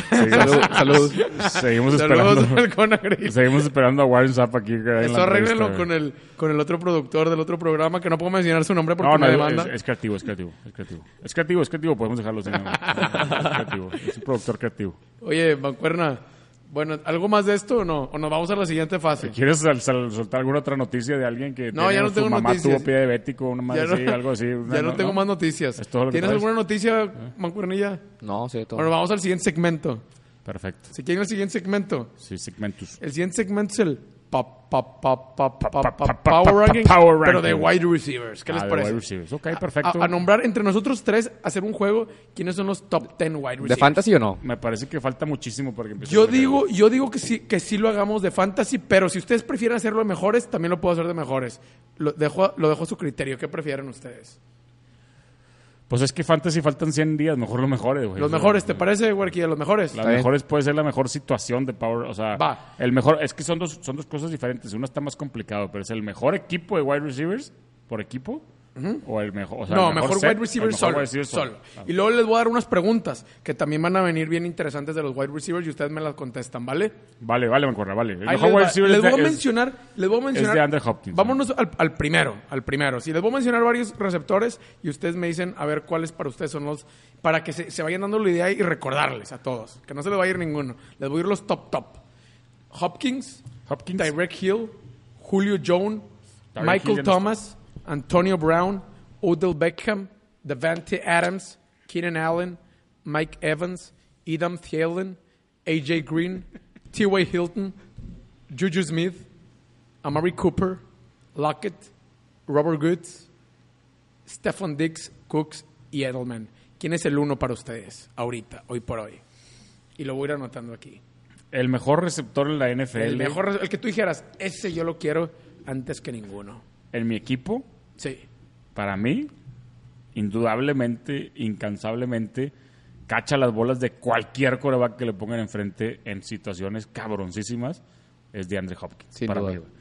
Speaker 2: [LAUGHS]
Speaker 3: Salud- Saludos.
Speaker 2: Seguimos esperando.
Speaker 1: [LAUGHS] Saludos
Speaker 2: [LAUGHS]
Speaker 1: al Conagri.
Speaker 2: Seguimos esperando a Warren Sapp aquí.
Speaker 1: Eso arréglenlo con el, con el otro productor del otro programa, que no puedo mencionar su nombre porque
Speaker 2: No, no,
Speaker 1: me
Speaker 2: es-
Speaker 1: demanda.
Speaker 2: es, es creativo, es creativo, es creativo. Es creativo, es creativo, podemos dejarlo sin Es creativo, es un productor creativo.
Speaker 1: Oye, Mancuerna, Bueno, ¿algo más de esto o no? ¿O nos vamos a la siguiente fase?
Speaker 2: ¿Quieres sol- sol- soltar alguna otra noticia de alguien que
Speaker 1: No, ya no
Speaker 2: su
Speaker 1: tengo
Speaker 2: mamá
Speaker 1: noticias.
Speaker 2: tuvo pie diabético, una madre
Speaker 1: [LAUGHS] Ya no-
Speaker 2: así, algo así? una-
Speaker 1: [LAUGHS] ya no, tengo más noticias.
Speaker 2: Es todo lo que
Speaker 1: ¿Tienes
Speaker 2: traes. Ah.
Speaker 1: alguna noticia, Mancuernilla?
Speaker 3: No, sí, todo.
Speaker 1: Bueno, vamos al siguiente segmento.
Speaker 2: Perfecto.
Speaker 1: Si quieren el siguiente segmento.
Speaker 2: Sí, segmentos.
Speaker 1: El siguiente segmento es el pa- pa- pa- pa- pa-
Speaker 2: Pa- pa-
Speaker 1: pa-
Speaker 2: pa-
Speaker 1: Power
Speaker 2: pa-
Speaker 1: Ranking,
Speaker 2: Power
Speaker 1: pero de
Speaker 2: Ranking.
Speaker 1: wide receivers. ¿Qué les
Speaker 2: Ah, de wide
Speaker 1: parece?
Speaker 2: receivers. Ok,
Speaker 1: A-
Speaker 2: perfecto.
Speaker 1: A, a nombrar entre nosotros tres, hacer un juego, quiénes son los top 10 wide
Speaker 3: ¿De
Speaker 1: receivers.
Speaker 3: fantasy o no?
Speaker 2: Me parece que falta muchísimo para que empiece
Speaker 1: Yo
Speaker 2: la carrera.
Speaker 1: digo, yo digo que sí, que sí lo hagamos de fantasy, pero si ustedes prefieren hacerlo de mejores, también lo puedo hacer de mejores. Lo dejo, a- lo dejo a su criterio. ¿Qué prefieren ustedes?
Speaker 2: Pues es que Fantasy faltan 100 días, mejor los mejores, güey.
Speaker 1: Los
Speaker 2: O sea,
Speaker 1: mejores, ¿te parece, Huerquilla? Los mejores.
Speaker 2: Las
Speaker 3: bien.
Speaker 2: mejores puede ser la mejor situación de Power, o sea,
Speaker 1: Va.
Speaker 2: el mejor es que son dos son dos cosas diferentes, uno está más complicado, pero es el mejor equipo de wide receivers por equipo o el mejor, o sea,
Speaker 1: no,
Speaker 2: el
Speaker 1: mejor,
Speaker 2: set,
Speaker 1: wide receiver
Speaker 2: el mejor
Speaker 1: solo.
Speaker 2: wide receiver
Speaker 1: solo. Y luego les voy a dar unas preguntas que también van a venir bien interesantes de los wide receivers y ustedes me las contestan, ¿vale?
Speaker 2: Vale, vale, me acuerdo, vale. El
Speaker 1: Ahí
Speaker 2: mejor
Speaker 1: les
Speaker 2: wide
Speaker 1: va.
Speaker 2: receiver
Speaker 1: les
Speaker 2: es de-
Speaker 1: voy a
Speaker 2: es-
Speaker 1: mencionar, les voy a mencionar.
Speaker 2: de Andrew Hopkins.
Speaker 1: Vámonos al, al primero, al primero. Sí, les voy a mencionar varios receptores y ustedes me dicen a ver cuáles para ustedes son los, para que se, se vayan dando la idea y recordarles a todos, que no se les va a ir ninguno. Les voy a ir los top top. Hopkins,
Speaker 2: Hopkins.
Speaker 1: Tyreek Hill, Julio Jones,
Speaker 2: Tyreek Hill
Speaker 1: Michael
Speaker 2: ya no
Speaker 1: Thomas, Antonio Brown, Odell Beckham, Devante Adams, Keenan Allen, Mike Evans, Edam Thielen, AJ Green, [LAUGHS] T.Y. Hilton, Juju Smith, Amari Cooper, Lockett, Robert Goods, Stephon Dix, Cooks y Edelman. ¿Quién es el uno para ustedes ahorita, hoy por hoy? Y lo voy a ir anotando aquí.
Speaker 2: el mejor receptor en la NFL
Speaker 1: El mejor, el que tú dijeras, ese yo lo quiero antes que ninguno.
Speaker 2: en mi equipo
Speaker 1: Sí.
Speaker 2: para mí, indudablemente, incansablemente, cacha las bolas de cualquier coreback que le pongan enfrente en situaciones cabroncísimas, es de Andre Hopkins.
Speaker 3: Sin
Speaker 2: para
Speaker 3: duda.
Speaker 2: mí, güey.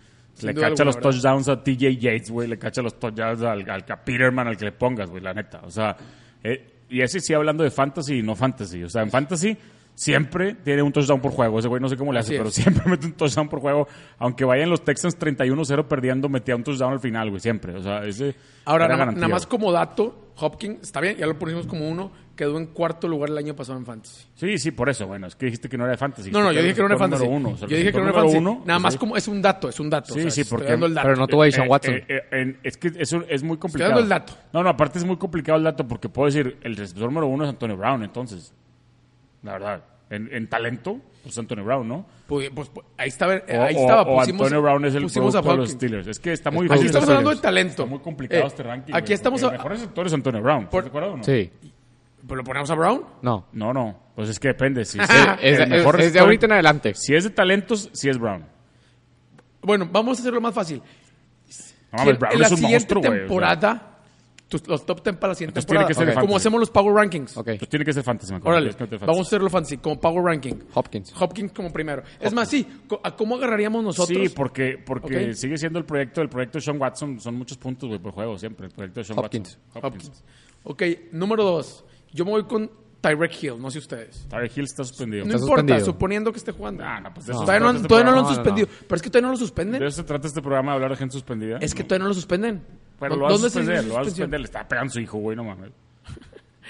Speaker 2: le
Speaker 1: duda
Speaker 2: cacha
Speaker 1: alguna,
Speaker 2: los
Speaker 1: ¿verdad?
Speaker 2: touchdowns a TJ Yates, güey. Le cacha los touchdowns al, al a Peterman, al que le pongas, güey, la neta. O sea, eh, y ese sí hablando de fantasy y no fantasy. O sea, en fantasy siempre tiene un touchdown por juego. Ese güey no sé cómo le hace,
Speaker 1: Así
Speaker 2: pero
Speaker 1: es.
Speaker 2: siempre [LAUGHS] mete un touchdown por juego. Aunque vayan los Texans 31-0 perdiendo, metía un touchdown al final, güey, siempre. O sea, ese.
Speaker 1: Ahora,
Speaker 2: era
Speaker 1: nada,
Speaker 2: garantía,
Speaker 1: nada más
Speaker 2: güey.
Speaker 1: como dato, Hopkins, está bien, ya lo pusimos como uno, quedó en cuarto lugar el año pasado en Fantasy.
Speaker 2: Sí, sí, por eso. Bueno, es que dijiste que no era de fantasy.
Speaker 1: No, no,
Speaker 2: Dijiste
Speaker 1: yo dije que era una
Speaker 2: el
Speaker 1: Fantasy.
Speaker 2: receptor número uno. O sea, el
Speaker 1: yo dije que era una
Speaker 2: receptor
Speaker 1: Fantasy.
Speaker 2: número uno,
Speaker 1: nada
Speaker 2: o
Speaker 1: más
Speaker 2: sea,
Speaker 1: como, es un dato, es un dato.
Speaker 2: Sí,
Speaker 1: o sea,
Speaker 2: sí,
Speaker 1: estoy
Speaker 2: porque.
Speaker 1: dando el dato.
Speaker 3: Pero no tuvo a Deshaun Watson.
Speaker 2: eh, en- es que eso es muy complicado.
Speaker 1: dando el dato.
Speaker 2: No, no, aparte es muy complicado el dato porque puedo decir, el receptor número uno es Antonio Brown, entonces. La verdad. En, en talento, pues Antonio Brown, ¿no?
Speaker 1: Pues, pues, pues, ahí estaba, eh,
Speaker 2: O-
Speaker 1: ahí
Speaker 2: o-
Speaker 1: estaba.
Speaker 2: o Antonio Brown es el
Speaker 1: pusimos a
Speaker 2: producto de los
Speaker 1: Hopkins.
Speaker 2: Steelers. Es que está muy
Speaker 1: Aquí estamos hablando de talento.
Speaker 2: Está muy complicado
Speaker 1: Eh,
Speaker 2: este ranking.
Speaker 1: Aquí
Speaker 2: güey,
Speaker 1: estamos...
Speaker 2: porque
Speaker 1: a-
Speaker 2: El mejor receptor es Antonio Brown. ¿Estás
Speaker 1: Por-
Speaker 2: de acuerdo o no?
Speaker 3: Sí.
Speaker 1: ¿Pero ¿Lo ponemos a Brown?
Speaker 3: No.
Speaker 2: No, no. Pues es que depende. Si
Speaker 1: [LAUGHS]
Speaker 2: es,
Speaker 3: Es,
Speaker 2: el
Speaker 3: es-
Speaker 2: mejor
Speaker 3: es de
Speaker 2: receptor-
Speaker 3: ahorita en adelante.
Speaker 2: Si es de talentos, sí es Brown.
Speaker 1: Bueno, vamos a hacerlo más fácil.
Speaker 2: No, mames,
Speaker 1: ¿Quién-
Speaker 2: Brown
Speaker 1: en la
Speaker 2: es un
Speaker 1: siguiente
Speaker 2: monstruo, güey. o sea,
Speaker 1: temporada, tus- los top 10 para la siguiente
Speaker 2: Entonces tiene
Speaker 1: temporada,
Speaker 2: que ser de
Speaker 1: Ok.
Speaker 2: fantasy.
Speaker 1: como hacemos los Power Rankings.
Speaker 3: Ok.
Speaker 2: Pues tiene que ser fantasy, me acuerdo.
Speaker 1: Órale,
Speaker 2: Tienes que meter fantasy.
Speaker 1: vamos a hacerlo fantasy, como Power Ranking.
Speaker 3: Hopkins.
Speaker 1: Hopkins como primero. Es más, sí, co- ¿a cómo agarraríamos nosotros?
Speaker 2: Sí, porque, porque
Speaker 1: Ok.
Speaker 2: sigue siendo el proyecto. El proyecto de Sean Watson son muchos puntos, güey, por juego siempre. El proyecto de Sean
Speaker 3: Hopkins.
Speaker 2: Watson.
Speaker 1: Hopkins. Ok, número dos. Yo me voy con Tyreek Hill, no sé ustedes.
Speaker 2: Tyreek Hill está suspendido.
Speaker 1: No
Speaker 3: Está
Speaker 1: importa,
Speaker 3: suspendido.
Speaker 1: suponiendo que esté jugando.
Speaker 2: Ah, no, pues de eso se
Speaker 1: todavía no,
Speaker 2: trata este
Speaker 1: todavía no lo han
Speaker 3: programa. No, no,
Speaker 1: suspendido. Pero es que todavía no lo suspenden.
Speaker 2: De eso se trata este programa, de hablar de gente suspendida.
Speaker 1: Es que todavía no lo suspenden.
Speaker 2: Pero
Speaker 1: ¿Dó-
Speaker 2: lo va a
Speaker 1: dónde se
Speaker 2: suspender,
Speaker 1: hizo
Speaker 2: lo va a
Speaker 1: suspensión?
Speaker 2: suspender. Le está pegando su hijo, güey, no mames.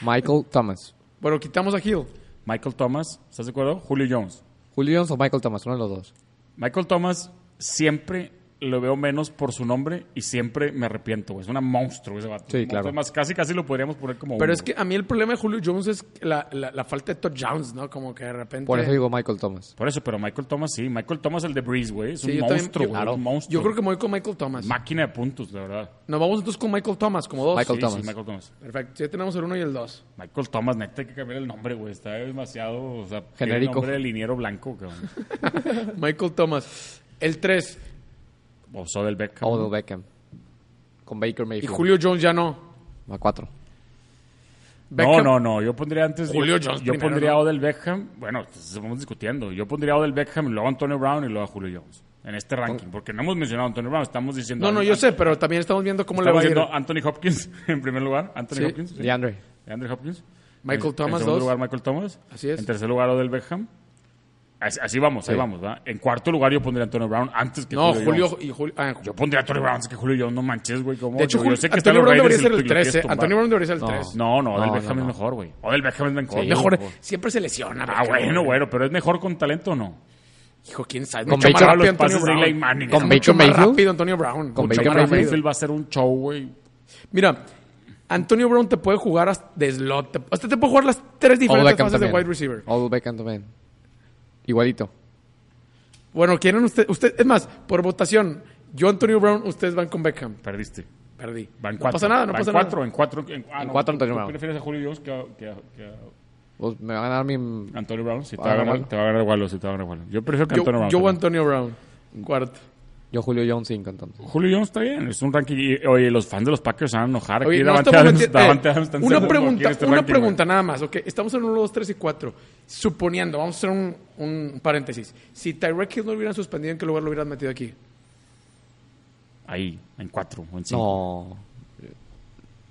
Speaker 3: Michael Thomas.
Speaker 1: Bueno, quitamos a Hill.
Speaker 2: Michael Thomas, ¿estás de acuerdo? Julio Jones.
Speaker 3: Julio Jones o Michael Thomas, uno de los dos.
Speaker 2: Michael Thomas siempre lo veo menos por su nombre y siempre me arrepiento, güey. Es una monstruo ese vato.
Speaker 3: Sí,
Speaker 2: Un monstruo
Speaker 3: claro.
Speaker 2: Más, casi, casi lo podríamos poner como
Speaker 1: Pero
Speaker 2: uno,
Speaker 1: es que a mí el problema de Julio Jones es la, la- la falta de touchdowns, ¿no? Como que de repente...
Speaker 3: Por eso digo Michael Thomas.
Speaker 2: Por eso, pero Michael Thomas sí. Michael Thomas, el de Breeze, güey. Es un
Speaker 1: Sí, yo también-
Speaker 2: monstruo,
Speaker 1: yo-
Speaker 2: güey. Un monstruo.
Speaker 1: Yo creo que me voy con Michael Thomas.
Speaker 2: Máquina de puntos, la verdad.
Speaker 1: Nos vamos entonces con Michael Thomas, como dos.
Speaker 3: Michael
Speaker 2: Sí,
Speaker 3: Thomas.
Speaker 2: sí, Michael Thomas.
Speaker 1: Perfecto, ya tenemos el uno y el dos.
Speaker 2: Michael Thomas, neta, hay que cambiar el nombre, güey. Está demasiado. O sea, tiene
Speaker 3: Genérico.
Speaker 2: El nombre de liniero blanco, cabrón.
Speaker 1: Michael Thomas. El tres.
Speaker 2: O Sodel Beckham.
Speaker 3: Odell Beckham. Con Baker
Speaker 1: Y
Speaker 3: Mayfield.
Speaker 1: Julio Jones ya no.
Speaker 3: A cuatro.
Speaker 1: Beckham.
Speaker 2: No, no, no. Yo pondría antes.
Speaker 1: Julio
Speaker 2: yo,
Speaker 1: Jones
Speaker 2: Yo
Speaker 1: primero,
Speaker 2: pondría
Speaker 1: ¿no?
Speaker 2: a Odell Beckham. Bueno, pues, estamos discutiendo. Yo pondría a Odell Beckham y luego a Antonio Brown y luego a Julio Jones. En este ranking. Porque no hemos mencionado a Antonio Brown. Estamos diciendo.
Speaker 1: No, no, yo sé, pero también estamos viendo cómo le va
Speaker 2: Estamos ah,
Speaker 1: a ir.
Speaker 2: diciendo Anthony Hopkins [LAUGHS] en primer lugar. Anthony
Speaker 1: Sí.
Speaker 2: Hopkins. sí.
Speaker 3: De Andre.
Speaker 2: DeAndre Hopkins.
Speaker 1: Michael
Speaker 2: En-
Speaker 1: Thomas,
Speaker 2: En segundo
Speaker 1: dos.
Speaker 2: lugar, Michael Thomas.
Speaker 1: Así es.
Speaker 2: En tercer lugar, Odell Beckham. Así, así vamos, ahí
Speaker 3: Sí.
Speaker 2: vamos, ¿verdad? En cuarto lugar, yo pondría a Antonio Brown antes que
Speaker 1: No,
Speaker 2: Julio
Speaker 1: Julio,
Speaker 2: Jones.
Speaker 1: y Julio. ah,
Speaker 2: Yo pondría a Antonio Brown antes que Julio Jones. No manches, güey. ¿cómo?
Speaker 1: de hecho,
Speaker 2: Yo- yo
Speaker 1: Julio,
Speaker 2: sé que están
Speaker 1: Antonio
Speaker 2: los
Speaker 1: Brown debería
Speaker 2: Raiders y
Speaker 1: ser
Speaker 2: lo-
Speaker 1: el
Speaker 2: y lo quieres
Speaker 1: 13.
Speaker 2: tumbar.
Speaker 1: Antonio Brown debería ser el
Speaker 3: No.
Speaker 1: 3.
Speaker 2: No, no, Odell
Speaker 3: No,
Speaker 2: Beckham
Speaker 3: no,
Speaker 2: es
Speaker 3: no.
Speaker 2: mejor, güey. Odell Beckham es mejor.
Speaker 1: Mejor,
Speaker 2: güey.
Speaker 1: siempre se lesiona.
Speaker 2: Ah,
Speaker 1: Beckham.
Speaker 2: bueno, bueno. Pero ¿es mejor con talento o no?
Speaker 1: Hijo, quién sabe.
Speaker 3: Con
Speaker 1: Mucho más
Speaker 3: Baker-
Speaker 1: rápido
Speaker 2: los pases
Speaker 1: Antonio
Speaker 2: de
Speaker 1: Brown.
Speaker 2: Eli Manning.
Speaker 1: Con
Speaker 2: Con
Speaker 1: Mucho más
Speaker 3: Baker Mayfield.
Speaker 1: rápido Antonio Brown. Mucho
Speaker 3: Con Baker
Speaker 1: más
Speaker 2: Baker
Speaker 1: rápido.
Speaker 2: Mayfield va a ser un show, güey.
Speaker 1: Mira, Antonio Brown te puede jugar hasta de slot. te- hasta te puede jugar las tres
Speaker 3: Odell
Speaker 1: diferentes
Speaker 3: Beckham
Speaker 1: fases de
Speaker 3: también.
Speaker 1: wide receiver.
Speaker 3: Odell Beckham también. Igualito.
Speaker 1: Bueno, quieren usted, usted, es más, por votación, yo Antonio Brown, ustedes van con Beckham.
Speaker 2: Perdiste.
Speaker 1: Perdí.
Speaker 2: Van
Speaker 1: no
Speaker 2: cuatro.
Speaker 1: pasa nada, no
Speaker 2: Van
Speaker 1: pasa
Speaker 2: cuatro,
Speaker 1: nada.
Speaker 2: En cuatro, en, ah,
Speaker 3: En
Speaker 2: no,
Speaker 3: cuatro
Speaker 2: ¿tú-
Speaker 3: Antonio
Speaker 2: tú
Speaker 3: Brown.
Speaker 2: prefieres a Julio Jones que a, que a- que a
Speaker 3: Pues me va a ganar mi...
Speaker 2: Antonio Brown? Si te
Speaker 3: Ah,
Speaker 2: va a ganar,
Speaker 3: Waldo.
Speaker 2: te va a ganar Waldo, si te va a ganar Waldo. Yo prefiero que
Speaker 1: Yo,
Speaker 2: Antonio Brown.
Speaker 1: yo
Speaker 2: también.
Speaker 1: Antonio Brown. Cuarto.
Speaker 3: Yo Julio Jones 5 entonces.
Speaker 2: Julio Jones está bien, es un ranking. y- Oye, los fans de los Packers se van a enojar.
Speaker 1: Oye,
Speaker 2: Aquí
Speaker 1: no
Speaker 2: Davante
Speaker 1: estamos
Speaker 2: Adams-
Speaker 1: metiendo-
Speaker 2: Davante
Speaker 1: eh,
Speaker 2: Adams está en segundo
Speaker 1: una
Speaker 2: lugar
Speaker 1: pregunta,
Speaker 2: en este
Speaker 1: una
Speaker 2: ranking, güey.
Speaker 1: pregunta nada más. Ok, estamos en 1, 2, 3 y 4. Suponiendo, vamos a hacer un, un paréntesis. Si Tyreek Hill no lo hubieran suspendido, ¿en qué lugar lo hubieran metido aquí?
Speaker 2: Ahí, en cuatro o en cinco.
Speaker 3: No.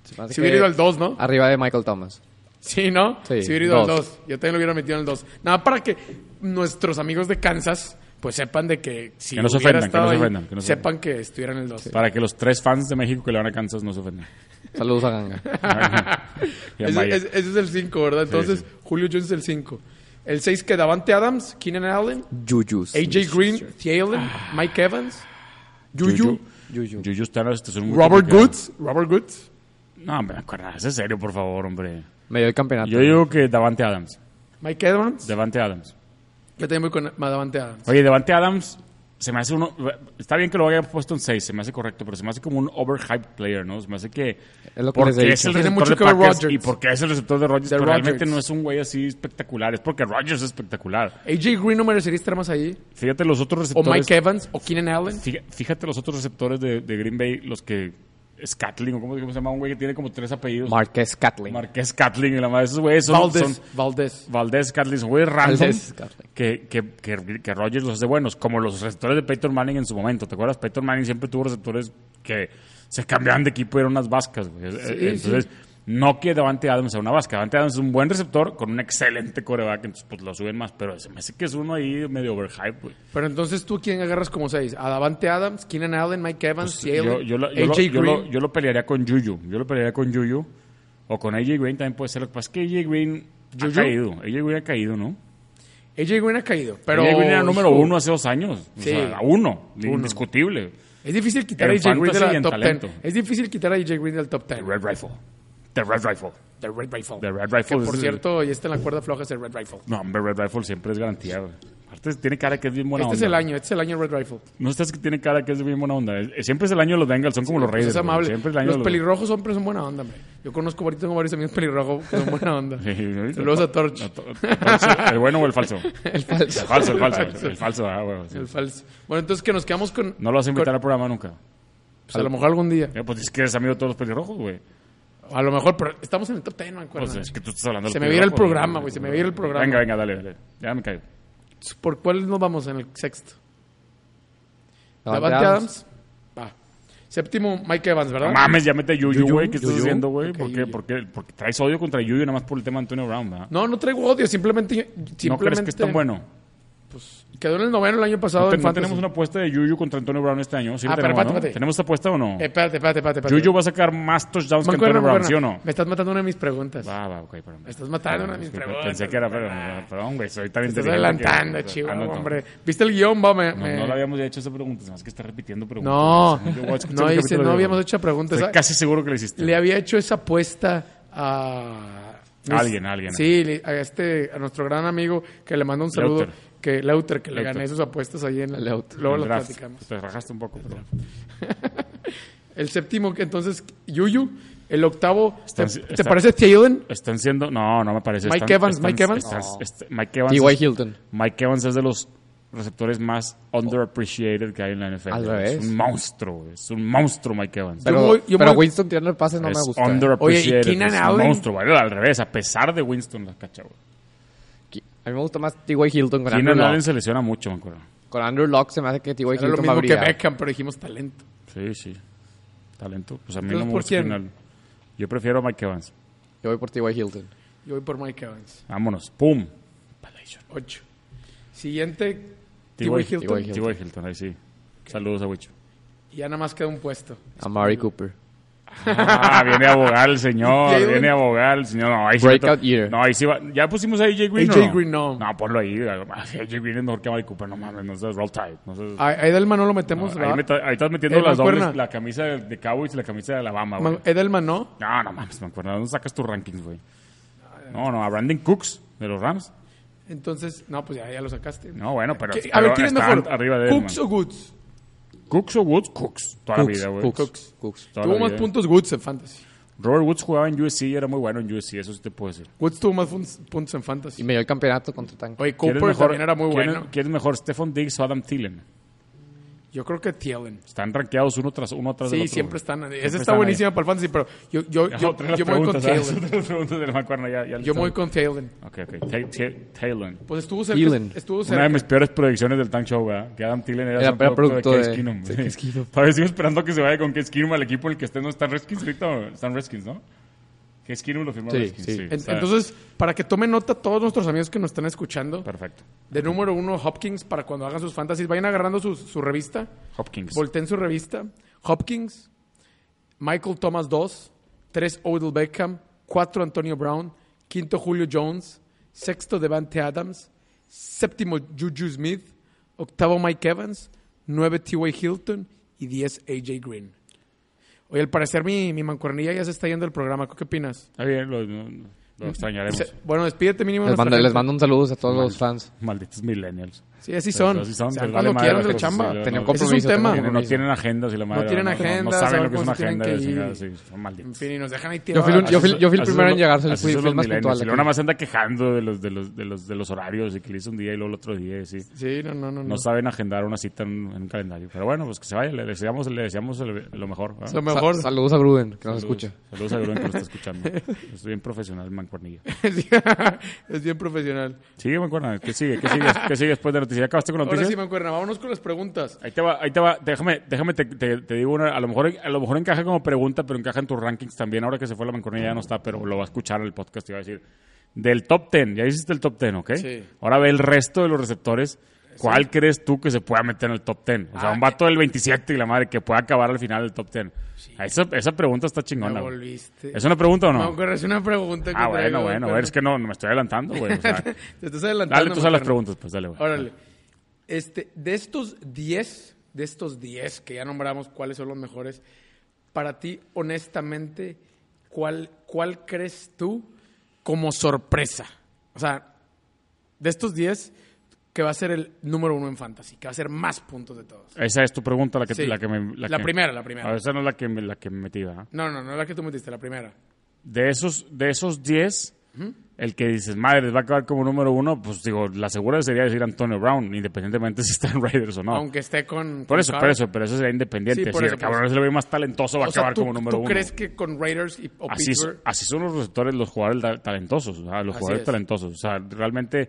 Speaker 3: Se me hace
Speaker 1: Si hubiera
Speaker 3: que-
Speaker 1: ido al 2,
Speaker 2: Ah.
Speaker 1: ¿no?
Speaker 3: Arriba de Michael Thomas.
Speaker 1: Sí, ¿no?
Speaker 3: Sí,
Speaker 1: si hubiera ido al
Speaker 3: dos.
Speaker 1: 2. Yo también lo hubiera metido en el 2. Nada, para que nuestros amigos de Kansas pues sepan de que si
Speaker 2: Que no se
Speaker 1: hubiera
Speaker 2: ofendan, que
Speaker 1: estado
Speaker 2: no se
Speaker 1: ahí,
Speaker 2: ofendan, que no se
Speaker 1: sepan que estuvieran en el 2.
Speaker 2: Para que los tres fans de México que le van a Kansas no se ofendan.
Speaker 3: Saludos a Ganga.
Speaker 2: Y a
Speaker 1: [LAUGHS] Ese,
Speaker 2: Maya.
Speaker 1: ese- ese es el 5, ¿verdad? Entonces,
Speaker 2: sí.
Speaker 1: Julio Jones es el 5. El 6 que Davante Adams, Keenan Allen,
Speaker 3: Jujus.
Speaker 1: AJ Green, Thielen, Mike Evans, Juju,
Speaker 3: Juju.
Speaker 2: Ah. Juju está en la situación muy
Speaker 1: Robert
Speaker 2: complicada.
Speaker 1: Goods, Robert Goods.
Speaker 2: No, me acuerdas, es serio, por favor, hombre.
Speaker 3: Me dio el campeonato.
Speaker 2: Yo digo que Davante Adams.
Speaker 1: Mike Evans.
Speaker 2: Davante Adams.
Speaker 1: Yo también voy con Davante Adams.
Speaker 2: Oye, Davante Adams se me hace uno. Está bien que lo haya puesto en 6, se me hace correcto, pero se me hace como un overhyped player, ¿no? Se me hace que.
Speaker 3: Es lo que les
Speaker 2: porque
Speaker 3: he dicho.
Speaker 2: es el
Speaker 1: Tiene
Speaker 2: receptor
Speaker 1: mucho
Speaker 2: de
Speaker 1: que ver
Speaker 2: Packers
Speaker 1: Rodgers.
Speaker 2: y porque es el receptor de Rodgers,
Speaker 1: De
Speaker 2: pero realmente
Speaker 1: Rodgers.
Speaker 2: no es un güey así espectacular. Es porque Rodgers es espectacular.
Speaker 1: AJ Green no merecería estar más ahí.
Speaker 2: Fíjate los otros
Speaker 1: O
Speaker 2: receptores.
Speaker 1: Mike Evans, o Keenan Allen.
Speaker 2: Fija- Fíjate los otros receptores de, de Green Bay, los que. Scatling, o cómo, cómo se llama, un güey que tiene como tres apellidos.
Speaker 3: Marquez Catlin.
Speaker 2: Marqués Scatling y la madre. Esos güeyes son. son-
Speaker 1: Valdez. Valdez.
Speaker 2: Valdés, Carlin, son güeyes random
Speaker 3: Valdés, Carlin.
Speaker 2: que, que, que, que Rodgers los hace buenos, como los receptores de Peyton Manning en su momento. ¿Te acuerdas? Peyton Manning siempre tuvo receptores que se cambiaban de equipo y eran unas vascas. güey. Eh, eh, Entonces, no que Davante Adams sea una vasca. Davante Adams es un buen receptor con un excelente coreback, entonces pues lo suben más, pero se me hace que es uno ahí medio overhype, güey.
Speaker 1: Pero entonces tú, ¿quién agarras como 6? A Davante Adams, Keenan Allen, Mike Evans, Thielen,
Speaker 2: Pues Yo, yo lo, yo
Speaker 1: AJ
Speaker 2: lo-
Speaker 1: Green.
Speaker 2: yo lo- yo lo pelearía con Juju. Yo lo pelearía con Juju. O con AJ Green también puede ser. Lo que pasa es que AJ Green
Speaker 1: ¿Juju?
Speaker 2: ha caído. AJ Green ha caído, ¿no?
Speaker 1: AJ Green ha caído. Pero,
Speaker 2: AJ Green era número
Speaker 1: hijo,
Speaker 2: uno hace dos años. O
Speaker 1: Sí.
Speaker 2: sea, uno, Indiscutible.
Speaker 1: Es difícil quitar a
Speaker 2: En
Speaker 1: AJ Green
Speaker 2: fantasy
Speaker 1: de
Speaker 2: y
Speaker 1: la
Speaker 2: en
Speaker 1: top
Speaker 2: talento.
Speaker 1: 10. Es difícil quitar a AJ Green del top 10.
Speaker 2: The Red Rifle. The Red Rifle.
Speaker 1: The Red Rifle.
Speaker 2: The Red Rifle. Pues
Speaker 1: Que, por
Speaker 2: es-
Speaker 1: cierto, ya está en la cuerda floja ese Red Rifle.
Speaker 2: No, hombre, Red Rifle siempre es garantía. güey. Aparte, tiene cara que es bien buena
Speaker 1: este
Speaker 2: onda.
Speaker 1: es el año, este es el año Red Rifle.
Speaker 2: No estás que tiene cara que es bien buena onda. Es- es- Siempre es el año de los Bengals. Son como los
Speaker 1: Pues
Speaker 2: reyes.
Speaker 1: es
Speaker 2: güey.
Speaker 1: amable.
Speaker 2: Siempre es el año
Speaker 1: Los
Speaker 2: de
Speaker 1: pelirrojos siempre son buena onda, hombre. Yo conozco ahorita tengo varios amigos pelirrojos que son buena onda.
Speaker 2: [LAUGHS] Sí, sí, sí.
Speaker 1: Saludos a Torch.
Speaker 2: A to- a Torch, ¿El bueno o el
Speaker 1: [LAUGHS]
Speaker 2: falso?
Speaker 1: el falso.
Speaker 2: El falso, el falso. El falso, ah, güey, sí.
Speaker 1: El falso. Bueno, entonces que nos quedamos con.
Speaker 2: No lo vas a invitar
Speaker 1: con-
Speaker 2: al programa nunca.
Speaker 1: pues, a lo mejor algún día.
Speaker 2: Eh, Pues es que eres amigo de todos los pelirrojos, güey.
Speaker 1: A lo mejor, pero estamos en el top 10, no me acuerdo.
Speaker 2: Pues es que tú estás hablando de
Speaker 1: Se
Speaker 2: los
Speaker 1: me viera el
Speaker 2: pelirrojos,
Speaker 1: programa, güey, se me viera el programa.
Speaker 2: Venga, venga, dale, dale. Ya me caigo.
Speaker 1: ¿Por cuál nos vamos en el sexto?
Speaker 3: Davante
Speaker 1: Davante Adams. Va. Séptimo, Mike Evans,
Speaker 2: No
Speaker 1: ¿verdad?
Speaker 2: mames, ya mete Yuyu,
Speaker 3: Yuyu,
Speaker 2: güey. ¿Qué estás
Speaker 3: Yuyu.
Speaker 2: haciendo, güey?
Speaker 1: Ok,
Speaker 2: ¿Por qué?
Speaker 1: Yuyu.
Speaker 2: ¿Por qué? Porque traes odio contra Yuyu nada más por el tema de Antonio Brown, ¿verdad?
Speaker 1: No, no traigo odio, simplemente.
Speaker 2: ¿No
Speaker 1: simplemente
Speaker 2: crees que es tan bueno?
Speaker 1: Quedó en el noveno el año pasado.
Speaker 2: No, te- no
Speaker 1: en fantasy.
Speaker 2: tenemos una apuesta de Yuyu contra Antonio Brown este año. Sí, lo
Speaker 1: Ah,
Speaker 2: tenemos,
Speaker 1: pero espérate,
Speaker 2: ¿no?
Speaker 1: espérate.
Speaker 2: ¿Tenemos esta apuesta o no?
Speaker 1: Eh, espérate, espérate, espérate. espérate.
Speaker 2: Yuyu va a sacar más touchdowns que
Speaker 1: Mancuerna,
Speaker 2: Antonio Brown, ¿sí o
Speaker 1: mancuerna.
Speaker 2: no?
Speaker 1: Me estás matando una de mis preguntas.
Speaker 2: Va, Ah, va, ok, perdón.
Speaker 1: Me estás matando una de mis
Speaker 2: Es que
Speaker 1: preguntas.
Speaker 2: Pensé que era, perdón, perdón, güey. Soy tan
Speaker 1: Te estás
Speaker 2: inteligente que-
Speaker 1: adelantando,
Speaker 2: que-
Speaker 1: chivo,
Speaker 2: Ah, no, no.
Speaker 1: hombre. ¿Viste el guión, va? Me,
Speaker 2: No,
Speaker 1: me-
Speaker 2: no le habíamos hecho esa pregunta, es más que está repitiendo preguntas.
Speaker 1: No,
Speaker 2: Yo voy a escuchar
Speaker 1: no
Speaker 2: el
Speaker 1: hice-
Speaker 2: capítulo
Speaker 1: no
Speaker 2: de-
Speaker 1: habíamos hecho preguntas. Ah,
Speaker 2: Estoy casi seguro que le hiciste.
Speaker 1: Le había hecho esa apuesta a...
Speaker 2: A alguien, a alguien.
Speaker 1: Sí, le- a, este, a nuestro gran amigo que le mandó un saludo.
Speaker 2: Leuter.
Speaker 1: Que, Leuter, que le
Speaker 2: Leuter.
Speaker 1: gané sus apuestas ahí en...
Speaker 3: Leuter.
Speaker 1: Luego
Speaker 2: El
Speaker 1: lo
Speaker 2: draft.
Speaker 1: platicamos.
Speaker 2: Te rajaste un poco, pero...
Speaker 1: El séptimo, que entonces, Yuyu. El octavo, ¿te,
Speaker 2: Está-
Speaker 1: te
Speaker 2: está-
Speaker 1: parece Thielen?
Speaker 2: Están siendo. No, no me parece.
Speaker 1: Mike
Speaker 2: Están-
Speaker 1: Evans,
Speaker 2: están-
Speaker 1: Mike Evans.
Speaker 2: están-
Speaker 3: No.
Speaker 2: est- Mike Evans.
Speaker 3: T.Y.
Speaker 2: es-
Speaker 3: Hilton.
Speaker 2: Mike Evans es de los receptores más underappreciated que hay en la NFL.
Speaker 3: Al
Speaker 2: es
Speaker 3: revés.
Speaker 2: un monstruo, güey. es un monstruo Mike Evans.
Speaker 3: Pero,
Speaker 1: voy- yo
Speaker 3: pero
Speaker 1: voy-
Speaker 3: Winston tirando el pase no me
Speaker 2: es
Speaker 3: gusta. eh.
Speaker 2: underappreciated.
Speaker 1: Oye, ¿y Keenan
Speaker 2: es un
Speaker 1: Allen?
Speaker 2: monstruo, güey. Al revés, a pesar de Winston, la cacha, güey.
Speaker 3: Qui- A mí me gusta más T.Y. Hilton con Andrew
Speaker 2: Keenan Allen
Speaker 3: Locke.
Speaker 2: se lesiona mucho, me acuerdo.
Speaker 3: Con Andrew Locke se me hace que T.Y.
Speaker 1: Era lo
Speaker 3: Hilton va a
Speaker 1: mismo que
Speaker 3: brillar.
Speaker 1: Beckham, pero dijimos talento.
Speaker 2: Sí, sí. Talento. Pues a mí
Speaker 1: Entonces,
Speaker 2: no me
Speaker 1: ¿por
Speaker 2: gusta
Speaker 1: quién?
Speaker 2: Keenan Allen. Yo prefiero a Mike Evans.
Speaker 3: Yo voy por T.Y. Hilton.
Speaker 1: Yo voy por Mike Evans.
Speaker 2: Vámonos. ¡Pum!
Speaker 1: Ocho. Siguiente,
Speaker 2: T.Y.
Speaker 1: T.Y. Hilton.
Speaker 3: Hilton.
Speaker 2: T.Y. Hilton, ahí sí. Saludos a Wicho.
Speaker 1: Y ya nada más queda un puesto.
Speaker 3: A Mari Cooper.
Speaker 2: Ah, viene a abogar el señor,
Speaker 1: AJ Green.
Speaker 2: viene a abogar el señor. No, ahí sí
Speaker 3: Breakout
Speaker 2: to-
Speaker 3: year.
Speaker 2: No, ahí sí va. Ya pusimos a AJ Green.
Speaker 1: AJ
Speaker 2: ¿o
Speaker 1: Green, no.
Speaker 2: No, ponlo ahí. AJ Green es mejor que Amari Cooper, no mames, no seas roll tide. No seas-
Speaker 1: A a Edelman no lo metemos,
Speaker 2: ahí,
Speaker 1: Ah, pues, ¿verdad?
Speaker 2: me ta- ahí estás metiendo
Speaker 1: Eh,
Speaker 2: las
Speaker 1: mancuerna.
Speaker 2: dobles, la camisa de, de Cowboys y la camisa de Alabama, güey.
Speaker 1: Man- Edelman no.
Speaker 2: No, no mames, mancuerna, ¿dónde sacas tus rankings, güey? No, no, a Brandon Cooks de los Rams.
Speaker 1: Entonces, no, pues ya, ya lo sacaste.
Speaker 2: No, bueno, pero.
Speaker 1: ¿Qué- a
Speaker 2: pero
Speaker 1: ver, ¿quién es
Speaker 2: están
Speaker 1: mejor?
Speaker 2: Arriba de
Speaker 1: ¿Cooks
Speaker 2: Edelman.
Speaker 1: o Goods?
Speaker 2: Cooks o Woods? Cooks. Toda la vida, güey.
Speaker 3: Cooks. Cooks.
Speaker 2: Toda la
Speaker 1: Tuvo más
Speaker 2: vida.
Speaker 1: puntos Goods en Fantasy.
Speaker 2: Robert Woods jugaba en USC y era muy bueno en USC, eso sí te puedo decir.
Speaker 1: Goods tuvo más fun- puntos en
Speaker 3: Y
Speaker 1: Fantasy.
Speaker 3: me dio el campeonato contra Tank.
Speaker 1: Oye,
Speaker 2: ¿Quién es
Speaker 1: Cooper también era muy
Speaker 2: quién es-
Speaker 1: bueno.
Speaker 2: ¿Quién es mejor, Stephon Diggs o Adam Thielen?
Speaker 1: Yo creo que Thielen.
Speaker 2: Están rankeados uno tras uno tras del
Speaker 1: Sí,
Speaker 2: otro,
Speaker 1: siempre
Speaker 2: güey. [LAUGHS]
Speaker 1: están. Esa
Speaker 2: Siempre
Speaker 1: está
Speaker 2: están
Speaker 1: buenísima para el Fantasy, pero yo, yo,
Speaker 2: ahí.
Speaker 1: yo,
Speaker 2: Otra de las
Speaker 1: yo me voy con
Speaker 2: preguntas, ¿sabes?
Speaker 1: Thielen.
Speaker 2: Otra de las preguntas del Mancuerna, ya- ya
Speaker 1: Yo me voy
Speaker 2: listo.
Speaker 1: con Pues Thielen.
Speaker 2: Ok, ok. T- T- Thielen.
Speaker 1: Pues estuvo cerca.
Speaker 3: Thielen.
Speaker 1: Estuvo
Speaker 2: Una de
Speaker 1: cerca.
Speaker 2: mis peores predicciones del Tank Show, ¿verdad? Que Adam Thielen era,
Speaker 3: Era-
Speaker 2: un
Speaker 3: era producto
Speaker 2: Case
Speaker 3: de-
Speaker 2: Keenum.
Speaker 3: de Case Keenum.
Speaker 2: [LAUGHS] Todavía sigo esperando que se vaya con Case Keenum al equipo en el que estén. ¿No están Redskins ahorita? Están Redskins, ¿no? Case Keenum lo firmó
Speaker 3: Sí,
Speaker 2: Redskins.
Speaker 3: sí.
Speaker 2: sí.
Speaker 1: En-
Speaker 2: Está-
Speaker 1: Entonces, para que tomen nota todos nuestros amigos que nos están escuchando,
Speaker 2: Perfecto.
Speaker 1: de número uno, Hopkins, para cuando hagan sus fantasies, vayan agarrando su, su revista,
Speaker 2: Hopkins.
Speaker 1: volteen su revista, Hopkins, Michael Thomas 2, 3 Odell Beckham, 4 Antonio Brown, 5 Julio Jones, 6 Devante Adams, 7 Juju Smith, 8 Mike Evans, 9 T.Y. Hilton y 10 A.J. Green. Oye, al parecer mi, mi mancuernilla ya se está yendo el programa. ¿Qué opinas?
Speaker 2: Está bien, lo, lo- lo extrañaremos.
Speaker 1: Se- bueno, despídete mínimo. de
Speaker 3: Les
Speaker 1: nuestra
Speaker 3: mando,
Speaker 1: gente.
Speaker 3: les mando un saludo a todos los fans.
Speaker 2: Malditos millennials.
Speaker 1: Sí, así son.
Speaker 2: Así son,
Speaker 1: O sea,
Speaker 2: les vale
Speaker 1: cuando
Speaker 2: madre
Speaker 1: quieran de
Speaker 2: las
Speaker 1: la
Speaker 2: cosas,
Speaker 1: chamba.
Speaker 2: sí,
Speaker 3: Tenía
Speaker 2: no,
Speaker 3: un
Speaker 1: pues, Ese es un
Speaker 3: compromiso.
Speaker 1: tema.
Speaker 3: tenía un
Speaker 2: Tienen- no tienen agendas y la madre.
Speaker 1: tienen
Speaker 2: No,
Speaker 1: agendas,
Speaker 2: saben
Speaker 1: saben
Speaker 2: lo que es una
Speaker 1: cuándo se tienen
Speaker 2: agenda.
Speaker 1: que
Speaker 2: la chingada,
Speaker 1: ir.
Speaker 2: sí, son
Speaker 1: En
Speaker 2: malditos.
Speaker 1: fin, y nos dejan ahí
Speaker 3: Yo fui, el-
Speaker 1: tirados.
Speaker 3: yo fui- yo fui el
Speaker 2: Así
Speaker 3: primero
Speaker 2: son
Speaker 3: en llegar, soy el,
Speaker 2: así
Speaker 3: fui-
Speaker 2: son
Speaker 3: fui el
Speaker 2: los
Speaker 3: más
Speaker 2: millennials.
Speaker 3: puntual.
Speaker 2: Y
Speaker 3: aquí.
Speaker 2: luego nada más se anda quejando de los, de los, de los, de los horarios y que le hizo un día y luego el otro día. y Sí.
Speaker 1: Sí, no, no, no. no.
Speaker 2: No saben agendar una cita en, en un calendario. Pero bueno, pues que se vaya. Le deseamos, le deseamos el- lo mejor. ¿verdad?
Speaker 1: O sea,
Speaker 3: Sa-
Speaker 1: mejor.
Speaker 3: saludos a Gruden, que nos escucha.
Speaker 2: Saludos a Gruden que lo está escuchando. Estoy bien profesional, Mancuernilla.
Speaker 1: Sí, [LAUGHS] es bien profesional.
Speaker 2: Sigue, Mancuerna. ¿Qué sigue? ¿Qué sigue, ¿Qué sigue después de la noticia? ¿Ya acabaste con la
Speaker 1: Ahora
Speaker 2: noticia?
Speaker 1: sí, Mancuerna, vámonos con las preguntas.
Speaker 2: Ahí te va, ahí te va. Déjame, déjame te, te- te digo una. A lo, mejor, a lo mejor encaja como pregunta, pero encaja en tus rankings también. Ahora que se fue la mancornilla ya no está, pero lo va a escuchar en el podcast. Te iba a decir. Del top 10, ya hiciste el top 10, ¿ok?
Speaker 1: Sí.
Speaker 2: Ahora ve el resto de los receptores. ¿Cuál crees tú que se pueda meter en el top 10? O sea,
Speaker 1: Ah,
Speaker 2: un vato del 27 y la madre que pueda acabar al final del top 10. Esa, esa pregunta está
Speaker 1: Me
Speaker 2: chingona. güey.
Speaker 1: volviste.
Speaker 2: ¿Es una pregunta o no?
Speaker 1: Mancuerna, es una pregunta que
Speaker 2: ah,
Speaker 1: traigo,
Speaker 2: bueno, bueno.
Speaker 1: Mancuerna.
Speaker 2: Es que no, no me estoy adelantando, güey. O sea,
Speaker 1: [LAUGHS] Te estás adelantando.
Speaker 2: dale tú a las
Speaker 1: Mancuerna.
Speaker 2: preguntas, pues dale, güey.
Speaker 1: Órale. Este, de estos 10, de estos 10 que ya nombramos cuáles son los mejores, para ti, honestamente, ¿cuál, cuál crees tú como sorpresa? O sea, de estos 10, que va a ser el número uno en fantasy, que va a ser más puntos de todos.
Speaker 2: Esa es tu pregunta, la que,
Speaker 1: Sí.
Speaker 2: la que me... La,
Speaker 1: La
Speaker 2: que-
Speaker 1: primera, la primera.
Speaker 2: Ah, esa no es la que me, la que me metí, ¿verdad?
Speaker 1: No, no, no la que tú metiste, la primera.
Speaker 2: De esos, de esos 10, el que dices, madre, va a acabar como número uno, pues digo, la segura sería decir Antonio Brown, independientemente [LAUGHS] si está en Raiders o no.
Speaker 1: Aunque esté con.
Speaker 2: por
Speaker 1: con
Speaker 2: eso,
Speaker 1: Carr.
Speaker 2: por eso, pero eso sería independiente.
Speaker 1: Sí, por
Speaker 2: si
Speaker 1: eso,
Speaker 2: el
Speaker 1: por
Speaker 2: cabrón
Speaker 1: eso.
Speaker 2: es el güey más talentoso, va a
Speaker 1: O sea,
Speaker 2: acabar
Speaker 1: tú-
Speaker 2: como número
Speaker 1: ¿tú
Speaker 2: uno.
Speaker 1: crees que con Raiders y, o
Speaker 2: así, es-
Speaker 1: Pittsburgh-
Speaker 2: así son los receptores, los jugadores ta- talentosos, o sea, los
Speaker 1: Así
Speaker 2: jugadores
Speaker 1: es.
Speaker 2: talentosos. O sea, realmente,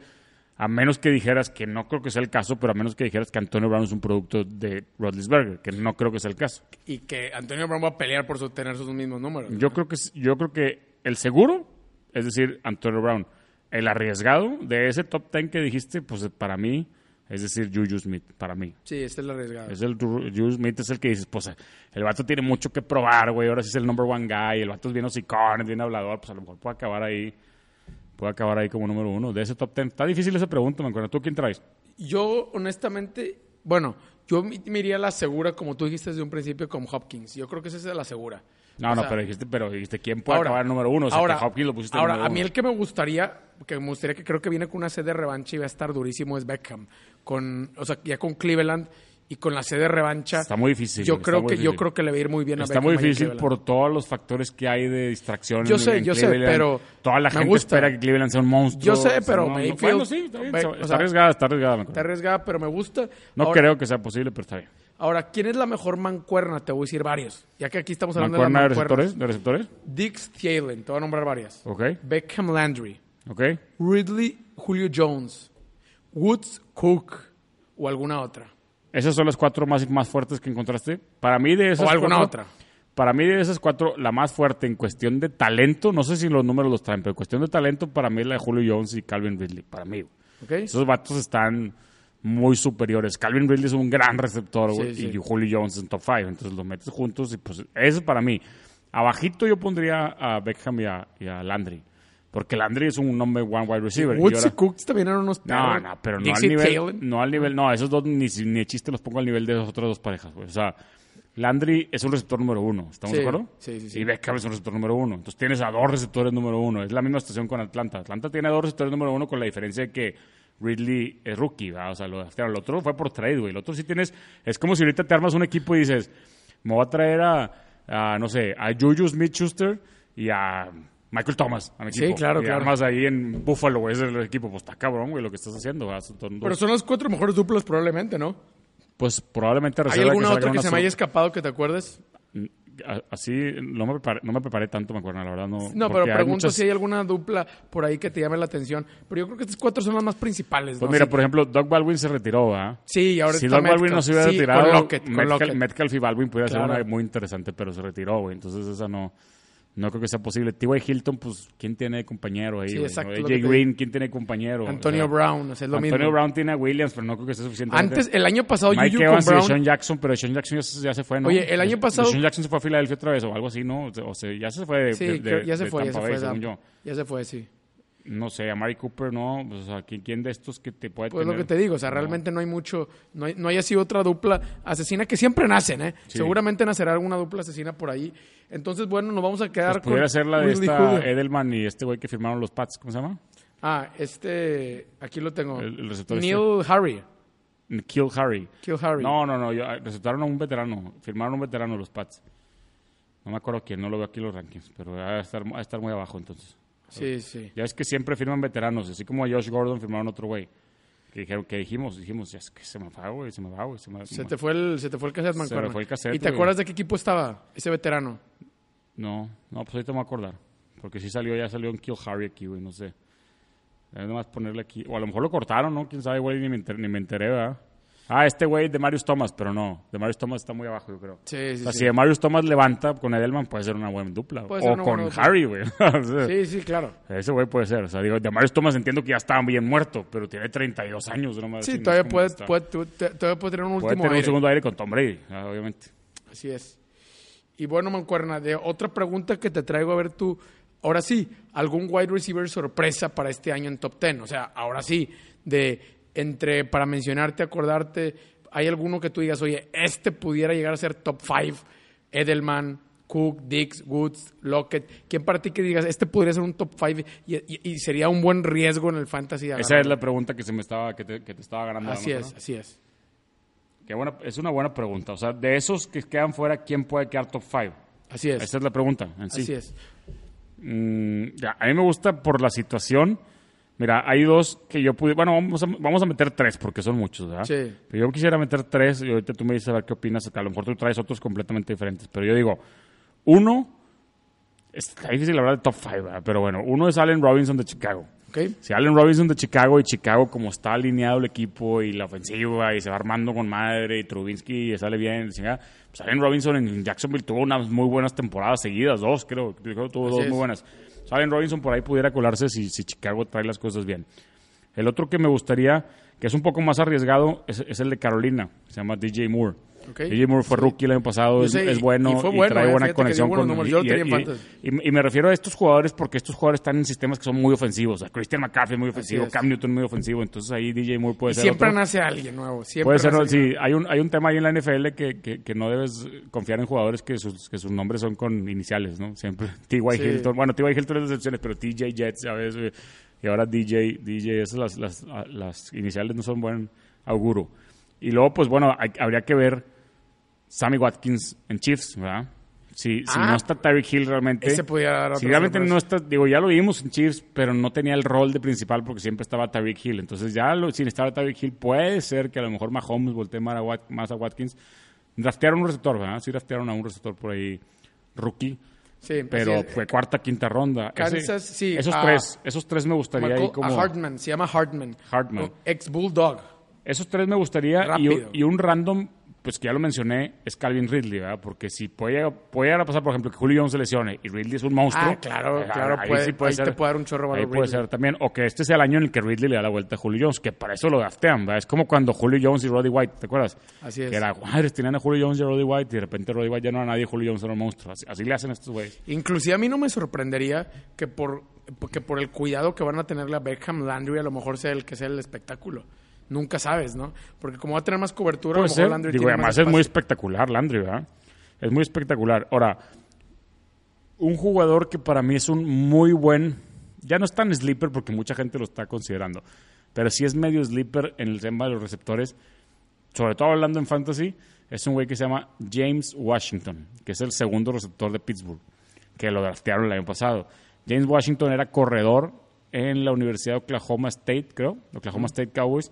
Speaker 2: a menos que dijeras, que no creo que sea el caso, pero a menos que dijeras que Antonio Brown es un producto de Rodlisberger, que no creo que sea el caso.
Speaker 1: y que Antonio Brown va a pelear por su- tener sus mismos números?
Speaker 2: Yo creo que s- yo creo que el seguro, es decir, Antonio Brown, el arriesgado de ese top 10 que dijiste, pues para mí, es decir, Juju Smith, para mí.
Speaker 1: Sí, esta es la arriesgada.
Speaker 2: Es el Ru- Juju Smith es el que dices, pues el vato tiene mucho que probar, güey, ahora sí es el number one guy, el vato es bien hocicón, es bien hablador, pues a lo mejor puede acabar ahí. Puede acabar ahí como número uno de ese top 10. Está difícil esa pregunta, me acuerdo. ¿Tú quién traes?
Speaker 1: Yo, honestamente, bueno, yo mi- me iría a la segura, como tú dijiste desde un principio, con Hopkins. Yo creo que esa es la segura.
Speaker 2: No,
Speaker 1: O
Speaker 2: no,
Speaker 1: sea,
Speaker 2: pero dijiste, pero dijiste quién puede acabar número uno. O sea, que Hopkins lo pusiste
Speaker 1: ahora,
Speaker 2: número
Speaker 1: a mí
Speaker 2: uno.
Speaker 1: el que me gustaría, que me gustaría que creo que viene con una sed de revancha y va a estar durísimo es Beckham. Con, o sea, ya con Cleveland y con la sed de revancha.
Speaker 2: Está muy difícil,
Speaker 1: Yo
Speaker 2: está
Speaker 1: creo
Speaker 2: muy
Speaker 1: que yo
Speaker 2: difícil.
Speaker 1: creo que le va a ir muy bien a
Speaker 2: Está
Speaker 1: Beckham.
Speaker 2: muy
Speaker 1: ahí en
Speaker 2: difícil
Speaker 1: Cleveland.
Speaker 2: por todos los factores que hay de distracción.
Speaker 1: Yo
Speaker 2: en-
Speaker 1: sé,
Speaker 2: en
Speaker 1: yo sé,
Speaker 2: Cleveland.
Speaker 1: pero
Speaker 2: Toda la
Speaker 1: me
Speaker 2: gente
Speaker 1: gusta.
Speaker 2: espera que Cleveland sea un monstruo.
Speaker 1: Yo sé,
Speaker 2: O sea,
Speaker 1: pero
Speaker 2: no- no-
Speaker 1: Mayfield-
Speaker 2: bueno, sí, está, bien,
Speaker 1: Be-
Speaker 2: está-
Speaker 1: o
Speaker 2: está
Speaker 1: sea,
Speaker 2: arriesgada, está arriesgada. me
Speaker 1: Está
Speaker 2: acuerdo.
Speaker 1: arriesgada, pero me gusta.
Speaker 2: No
Speaker 1: Ahora,
Speaker 2: creo que sea posible, pero está bien.
Speaker 1: Ahora, ¿quién es la mejor mancuerna? Te voy a decir varios. Ya que aquí estamos hablando
Speaker 2: ¿Mancuerna de
Speaker 1: de la mancuerna.
Speaker 2: receptores? ¿De receptores?
Speaker 1: Dix Thielen, te voy a nombrar varias.
Speaker 2: Ok,
Speaker 1: Beckham Landry.
Speaker 2: ok.
Speaker 1: Ridley Julio Jones. Woods Cook. O alguna otra.
Speaker 2: Esas son las cuatro más, más fuertes que encontraste. Para mí de esas
Speaker 1: O alguna
Speaker 2: cuatro-
Speaker 1: otra.
Speaker 2: Para mí de esas cuatro, la más fuerte en cuestión de talento, no sé si los números los traen, pero en cuestión de talento, para mí es la de Julio Jones y Calvin Ridley. Para mí, güey.
Speaker 1: ¿Ok?
Speaker 2: Esos vatos están muy superiores. Calvin Ridley es un gran receptor, güey,
Speaker 1: Sí, sí.
Speaker 2: y Julio Jones en top 5. Entonces los metes juntos y pues eso para mí. Abajito yo pondría a Beckham y a, y a Landry. Porque Landry es un nombre one wide receiver. y
Speaker 1: Woods y
Speaker 2: ahora-
Speaker 1: Cooks también eran unos
Speaker 2: No,
Speaker 1: perros.
Speaker 2: no, pero no al
Speaker 1: Dixie
Speaker 2: nivel.
Speaker 1: Talon.
Speaker 2: No al nivel. No, esos dos ni, si- ni de chiste los pongo al nivel de las otras dos parejas, güey. O sea, Landry es un receptor número uno. ¿Estamos
Speaker 1: Sí,
Speaker 2: de acuerdo?
Speaker 1: sí, sí, sí.
Speaker 2: Y Beckham es un receptor número uno. Entonces tienes a dos receptores número uno. Es la misma situación con Atlanta. Atlanta tiene a dos receptores número uno con la diferencia de que Ridley es rookie, ¿verdad? O sea, lo draftearon. El otro fue por trade, güey. El otro sí tienes. Es como si ahorita te armas un equipo y dices, me voy a traer a, a, no sé, a Juju Smith Schuster y a. Michael Thomas, a mi
Speaker 1: Sí,
Speaker 2: equipo.
Speaker 1: claro,
Speaker 2: Y
Speaker 1: claro.
Speaker 2: armas ahí en Buffalo, güey, es el equipo. Pues está cabrón, güey, lo que estás haciendo. ¿verdad? Son- son dos-
Speaker 1: Pero son los cuatro mejores duplos probablemente, ¿no?
Speaker 2: pues probablemente
Speaker 1: ¿Hay
Speaker 2: reserva
Speaker 1: alguna
Speaker 2: salga
Speaker 1: otra que
Speaker 2: una
Speaker 1: se me
Speaker 2: sola-
Speaker 1: haya escapado que te acuerdes?
Speaker 2: A- Así, no me, preparé, no me preparé tanto, me acuerdo, la verdad. No,
Speaker 1: No,
Speaker 2: porque
Speaker 1: pero
Speaker 2: hay
Speaker 1: pregunto
Speaker 2: muchas-
Speaker 1: si hay alguna dupla por ahí que te llame la atención. Pero yo creo que estas cuatro son las más principales.
Speaker 2: Pues
Speaker 1: ¿no?
Speaker 2: mira,
Speaker 1: Sí.
Speaker 2: por ejemplo, Doug Baldwin se retiró, ¿ah?
Speaker 1: Sí, y ahora
Speaker 2: si
Speaker 1: está
Speaker 2: Doug Baldwin
Speaker 1: Metcalf.
Speaker 2: no se hubiera
Speaker 1: Sí, con
Speaker 2: retirado,
Speaker 1: Lockett, con
Speaker 2: Metcalf,
Speaker 1: Lockett.
Speaker 2: Metcalf y Baldwin pudiera
Speaker 1: Claro.
Speaker 2: ser una muy interesante, pero se retiró, güey. Entonces esa no, no creo que sea posible. T.Y. Hilton, pues, ¿quién tiene de compañero ahí?
Speaker 1: Sí,
Speaker 2: güey?
Speaker 1: exacto,
Speaker 2: ¿No?
Speaker 1: lo
Speaker 2: AJ
Speaker 1: que te
Speaker 2: Green, ¿quién tiene de compañero?
Speaker 1: Antonio
Speaker 2: O sea,
Speaker 1: Brown, o sea, es lo
Speaker 2: Antonio
Speaker 1: mismo.
Speaker 2: Brown tiene a Williams, pero no creo que sea suficiente.
Speaker 1: Antes, el año pasado,
Speaker 2: Mike
Speaker 1: Juju con
Speaker 2: Evans y Sean
Speaker 1: Oh, Brown.
Speaker 2: Jackson, pero Sean Jackson ya se, ya se fue, ¿no?
Speaker 1: Oye, el año pasado-
Speaker 2: Sean Jackson se fue a Filadelfia otra vez o algo así, ¿no? O sea, o sea, ya se fue de,
Speaker 1: Sí,
Speaker 2: de-
Speaker 1: creo-
Speaker 2: de-
Speaker 1: ya se
Speaker 2: de
Speaker 1: fue, ya se
Speaker 2: Tampa
Speaker 1: fue.
Speaker 2: Bay, según
Speaker 1: Sam.
Speaker 2: yo.
Speaker 1: Ya se fue, sí.
Speaker 2: No sé, a Mari Cooper, ¿no? O sea, ¿quién, quién de estos que te puede
Speaker 1: Pues
Speaker 2: tener?
Speaker 1: lo que te digo, o sea,
Speaker 2: No.
Speaker 1: realmente no hay mucho, no hay, no hay así otra dupla asesina que siempre nacen, ¿eh?
Speaker 2: Sí.
Speaker 1: Seguramente nacerá alguna dupla asesina por ahí. Entonces, bueno, nos vamos a quedar con.
Speaker 2: Pues, Pudiera ser la de
Speaker 1: Ridley
Speaker 2: esta
Speaker 1: Hoover.
Speaker 2: Edelman y este güey que firmaron los Pats, ¿cómo se llama?
Speaker 1: Ah, este, aquí lo tengo.
Speaker 2: El- el receptor
Speaker 1: Neil Harry.
Speaker 2: Kill Harry.
Speaker 1: Kill Harry.
Speaker 2: No, no, no, yo- ah, resultaron a un veterano, firmaron a un veterano los Pats. No me acuerdo quién, no lo veo aquí en los rankings, pero va a estar, va a estar muy abajo entonces.
Speaker 1: Sí, sí.
Speaker 2: Ya es que siempre firman veteranos, así como a Josh Gordon firmaron otro güey. Que, dijeron, que dijimos, dijimos, ya es que se me va, güey, se me va, güey, se me va.
Speaker 1: Se te fue el, se te fue el cassette,
Speaker 2: me
Speaker 1: mancuerna.
Speaker 2: fue el cassette,
Speaker 1: ¿Y te
Speaker 2: güey.
Speaker 1: acuerdas de qué equipo estaba ese veterano?
Speaker 2: No, no, pues ahorita me voy a acordar. Porque sí salió, ya salió un Kill Harry aquí, güey, no sé. Nada más ponerle aquí. O a lo mejor lo cortaron, ¿no? Quién sabe, güey, ni me enteré, ni me enteré ¿verdad? Ah, este güey de Marius Thomas, pero no. De Marius Thomas está muy abajo, yo creo.
Speaker 1: Sí, sí,
Speaker 2: o sea,
Speaker 1: sí.
Speaker 2: si de Marius Thomas levanta con Edelman, puede ser una buena dupla.
Speaker 1: Puede ser
Speaker 2: o
Speaker 1: una
Speaker 2: con
Speaker 1: buena dupla.
Speaker 2: Harry, güey. [LAUGHS] O sea,
Speaker 1: Sí, sí, claro.
Speaker 2: Ese güey puede ser. O sea, digo, de Marius Thomas entiendo que ya estaba bien muerto, pero tiene 32 años, ¿no? más
Speaker 1: Sí,
Speaker 2: así, no es
Speaker 1: todavía
Speaker 2: como
Speaker 1: puede,
Speaker 2: que está-
Speaker 1: puede- tú- te- todavía puede tener un
Speaker 2: puede
Speaker 1: último
Speaker 2: tener un
Speaker 1: aire.
Speaker 2: segundo aire con Tom Brady, ah, obviamente.
Speaker 1: Así es. Y bueno, Mancuerna, de otra pregunta que te traigo a ver tú. Ahora sí, algún wide receiver sorpresa para este año en top 10. O sea, ahora sí, de entre para mencionarte, acordarte, hay alguno que tú digas, oye, este pudiera llegar a ser top 5. Edelman, Cook, Dix, Woods, Lockett. ¿Quién para ti que digas, este podría ser un top 5 y, y- y sería un buen riesgo en el fantasy? de
Speaker 2: Esa
Speaker 1: agarrar?
Speaker 2: es la pregunta que, se me estaba, que, te, que te estaba ganando.
Speaker 1: Así
Speaker 2: ¿no?
Speaker 1: es, así es.
Speaker 2: Qué buena- es una buena pregunta. O sea, de esos que quedan fuera, ¿quién puede quedar top 5?
Speaker 1: Así es.
Speaker 2: Esa es la pregunta en sí.
Speaker 1: Así es.
Speaker 2: Mm, ya, a mí me gusta por la situación. Mira, hay dos que yo pude. Bueno, vamos a, vamos a meter tres porque son muchos, ¿verdad?
Speaker 1: Sí.
Speaker 2: Pero yo quisiera meter tres y ahorita tú me dices a ver qué opinas. A lo mejor tú traes otros completamente diferentes. Pero yo digo, uno. Está difícil hablar de top 5, pero bueno, uno es Allen Robinson de Chicago.
Speaker 1: ¿Ok?
Speaker 2: Si Allen Robinson de Chicago y Chicago, como está alineado el equipo y la ofensiva y se va armando con madre y Trubinsky sale bien, la chingada, pues Allen Robinson en Jacksonville tuvo unas muy buenas temporadas seguidas, dos creo, creo que tuvo
Speaker 1: Así
Speaker 2: dos
Speaker 1: es.
Speaker 2: muy buenas. Pues Allen Robinson por ahí pudiera colarse si, si Chicago trae las cosas bien. El otro que me gustaría, que es un poco más arriesgado, es, es el de Carolina, se llama DJ Moore.
Speaker 1: Ok.
Speaker 2: DJ Moore fue rookie el año pasado,
Speaker 1: Yo
Speaker 2: es,
Speaker 1: sé, y-
Speaker 2: es bueno
Speaker 1: y
Speaker 2: y,
Speaker 1: fue bueno,
Speaker 2: trae
Speaker 1: eh, fíjate
Speaker 2: buena
Speaker 1: que
Speaker 2: conexión
Speaker 1: dio buenos
Speaker 2: con...
Speaker 1: números, yo lo
Speaker 2: y-
Speaker 1: tenía en
Speaker 2: y-
Speaker 1: fantasy.
Speaker 2: y, y me refiero a estos jugadores porque estos jugadores están en sistemas que son muy ofensivos. O sea, Christian McCaffrey muy ofensivo,
Speaker 1: es.
Speaker 2: Cam Newton muy ofensivo. Entonces ahí DJ Moore puede
Speaker 1: Y
Speaker 2: ser.
Speaker 1: siempre
Speaker 2: otro.
Speaker 1: nace alguien nuevo. Siempre
Speaker 2: Puede ser,
Speaker 1: nace
Speaker 2: ¿no?
Speaker 1: alguien
Speaker 2: sí, hay un, hay un tema ahí en la NFL que, que, que no debes confiar en jugadores que sus, que sus nombres son con iniciales, ¿no? Siempre. [LAUGHS] T.Y.
Speaker 1: Sí.
Speaker 2: Hilton. Bueno, T.Y. Hilton es de excepciones, pero TJ Jets, ¿sabes? Y ahora DJ, DJ, esas las, las, a- las iniciales no son buen auguro. Y luego, pues bueno, hay- habría que ver Sammy Watkins en Chiefs, ¿verdad? Si, si
Speaker 1: Ah.
Speaker 2: no está Tyreek Hill realmente.
Speaker 1: Ese podía dar
Speaker 2: Si
Speaker 1: otra
Speaker 2: realmente
Speaker 1: sorpresa.
Speaker 2: no está, digo, ya lo vimos en Chiefs, pero no tenía el rol de principal porque siempre estaba Tyreek Hill. Entonces, ya lo, sin estar Tyreek Hill, puede ser que a lo mejor Mahomes voltee más a, Wat- más a Watkins. Draftearon un receptor, ¿verdad? Sí, draftearon a un receptor por ahí, rookie,
Speaker 1: Sí,
Speaker 2: pero
Speaker 1: así es.
Speaker 2: fue cuarta, quinta ronda.
Speaker 1: Kansas, sí,
Speaker 2: Esos
Speaker 1: a-
Speaker 2: tres, esos tres me gustaría
Speaker 1: Marcó
Speaker 2: ahí como.
Speaker 1: a Hartman, se llama Hartman.
Speaker 2: Hartman.
Speaker 1: Un Ex Bulldog.
Speaker 2: Esos tres me gustaría y,
Speaker 1: Rápido.
Speaker 2: y un random, pues, pues que ya lo mencioné, es Calvin Ridley, ¿verdad? Porque si puede, puede llegar a pasar, por ejemplo, que Julio Jones se lesione y Ridley es un monstruo.
Speaker 1: Ah, claro,
Speaker 2: eh,
Speaker 1: claro, puede- ahí te puede dar un chorro de
Speaker 2: Ahí
Speaker 1: valor
Speaker 2: puede
Speaker 1: Ridley.
Speaker 2: ser también. O que este sea el año en el que Ridley le da la vuelta a Julio Jones, que para eso lo gaftean, ¿verdad? Es como cuando Julio Jones y Roddy White, ¿te acuerdas?
Speaker 1: Así es.
Speaker 2: Que era, madres, tenían a Julio Jones y a Roddy White y de repente Roddy White ya no era nadie, Julio Jones era un monstruo. Así, así le hacen a estos güeyes.
Speaker 1: Inclusive a mí no me sorprendería que por, que por el cuidado que van a tenerle a Beckham Landry a lo mejor sea el que sea el espectáculo. Nunca sabes, ¿no? Porque como va a tener más
Speaker 2: Puede
Speaker 1: cobertura, a lo mejor
Speaker 2: ser.
Speaker 1: Landry
Speaker 2: Digo,
Speaker 1: tiene
Speaker 2: además
Speaker 1: más
Speaker 2: es muy
Speaker 1: espacio.
Speaker 2: espectacular Landry, ¿verdad? Es muy espectacular. Ahora, un jugador que para mí es un muy buen, ya no es tan sleeper porque mucha gente lo está considerando, pero sí es medio sleeper en el tema de los receptores, sobre todo hablando en fantasy, es un güey que se llama James Washington, que es el segundo receptor de Pittsburgh, que lo draftearon el año pasado. James Washington era corredor en la Universidad de Oklahoma State, creo, Oklahoma State Cowboys,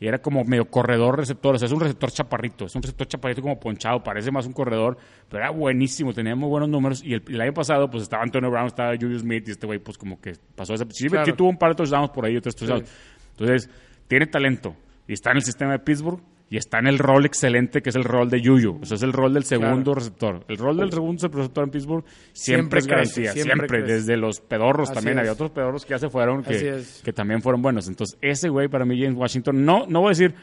Speaker 2: y era como medio corredor receptor, o sea, es un receptor chaparrito, es un receptor chaparrito como ponchado, parece más un corredor, pero era buenísimo, tenía muy buenos números, y el, el año pasado pues estaba Antonio Brown, estaba Julius Smith, y este güey pues como que pasó esa... Sí,
Speaker 1: Claro.
Speaker 2: sí tuvo un par de touchdowns por ahí, otros touchdowns. Entonces, tiene talento, y está en el sistema de Pittsburgh, y está en el rol excelente que es el rol de Yuyu, o sea, es el rol del segundo receptor. El rol del segundo receptor en Pittsburgh siempre,
Speaker 1: Siempre
Speaker 2: es
Speaker 1: crece,
Speaker 2: garantía, siempre,
Speaker 1: siempre crece.
Speaker 2: desde los pedorros
Speaker 1: Así
Speaker 2: también,
Speaker 1: es.
Speaker 2: había otros pedorros que ya se fueron,
Speaker 1: Así
Speaker 2: que,
Speaker 1: es.
Speaker 2: que también fueron buenos. Entonces, ese güey para mí, James Washington, no, no voy a decir,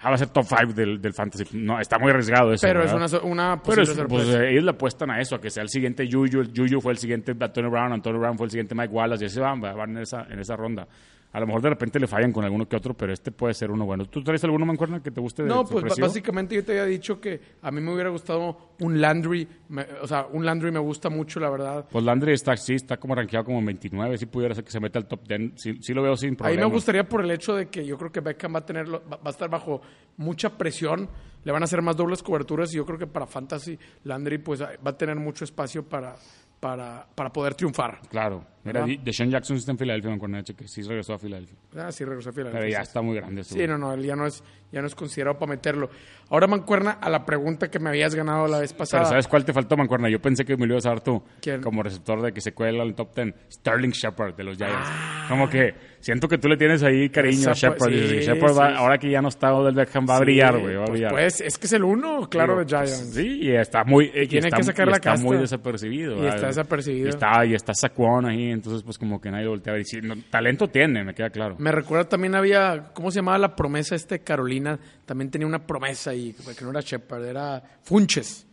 Speaker 2: ah, va a ser top 5 del, del fantasy. No, está muy arriesgado eso.
Speaker 1: Pero es
Speaker 2: ¿verdad?
Speaker 1: una, so- una
Speaker 2: Pero
Speaker 1: posible
Speaker 2: es- pues,
Speaker 1: sorpresa.
Speaker 2: eh, ellos le apuestan a eso, a que sea el siguiente Yuyu, el Yuyu fue el siguiente Antonio Brown, Antonio Brown fue el siguiente Mike Wallace, y así van, va- van en esa, en esa ronda. A lo mejor de repente le fallan con alguno que otro, pero este puede ser uno bueno. ¿Tú traes alguno, Mancuerna, que te guste de
Speaker 1: No, pues ba-
Speaker 2: sorpresivo?
Speaker 1: básicamente yo te había dicho que a mí me hubiera gustado un Landry. me- o sea, un Landry me gusta mucho, la verdad.
Speaker 2: Pues Landry está, sí, está como rankeado como en 29. Si pudiera ser que se meta al top 10, sí, sí lo veo sin
Speaker 1: A mí
Speaker 2: problema.
Speaker 1: me gustaría por el hecho de que yo creo que Beckham va a tener lo- va va a estar bajo mucha presión, le van a hacer más dobles coberturas y yo creo que para Fantasy Landry pues ah, va a tener mucho espacio para para, para poder triunfar.
Speaker 2: Claro. Mira,
Speaker 1: Ajá.
Speaker 2: Di- Deshaun Jackson está en Filadelfia, Mancuerna, que sí regresó a Filadelfia.
Speaker 1: Ah, sí, regresó a
Speaker 2: Pero
Speaker 1: Filadelfia.
Speaker 2: ya está muy grande eso.
Speaker 1: Sí, no, no, él ya no es ya no es considerado para meterlo. Ahora Mancuerna a la pregunta que me habías ganado la vez pasada.
Speaker 2: Pero ¿sabes cuál te faltó, Mancuerna? Yo pensé que me lo ibas a dar tú
Speaker 1: Ah. ¿Quién?
Speaker 2: como receptor de que se cuela al top 10. Sterling Shepard de los Giants. Como que siento que tú le tienes ahí cariño
Speaker 1: Esa,
Speaker 2: a Shepard.
Speaker 1: pues,
Speaker 2: y dices,
Speaker 1: Ah. sí,
Speaker 2: Shepard va-
Speaker 1: sí, sí.
Speaker 2: ahora que ya no está Odell Beckham va a brillar, güey. va a
Speaker 1: pues,
Speaker 2: brillar.
Speaker 1: pues, es que es el uno, claro,
Speaker 2: Digo,
Speaker 1: de Giants.
Speaker 2: pues, sí, y está muy. eh, y
Speaker 1: tiene
Speaker 2: está-
Speaker 1: que sacar
Speaker 2: y
Speaker 1: la
Speaker 2: Está
Speaker 1: casta.
Speaker 2: muy desapercibido.
Speaker 1: Y
Speaker 2: ¿verdad?
Speaker 1: está desapercibido.
Speaker 2: Y está, y está Saquon ahí, entonces, pues como que nadie lo voltea a ver. Y sí, no, talento tiene, me queda claro.
Speaker 1: Me recuerda también había, ¿cómo se llamaba la promesa este Carolina? También tenía una promesa y que no era Shepard, era Funches.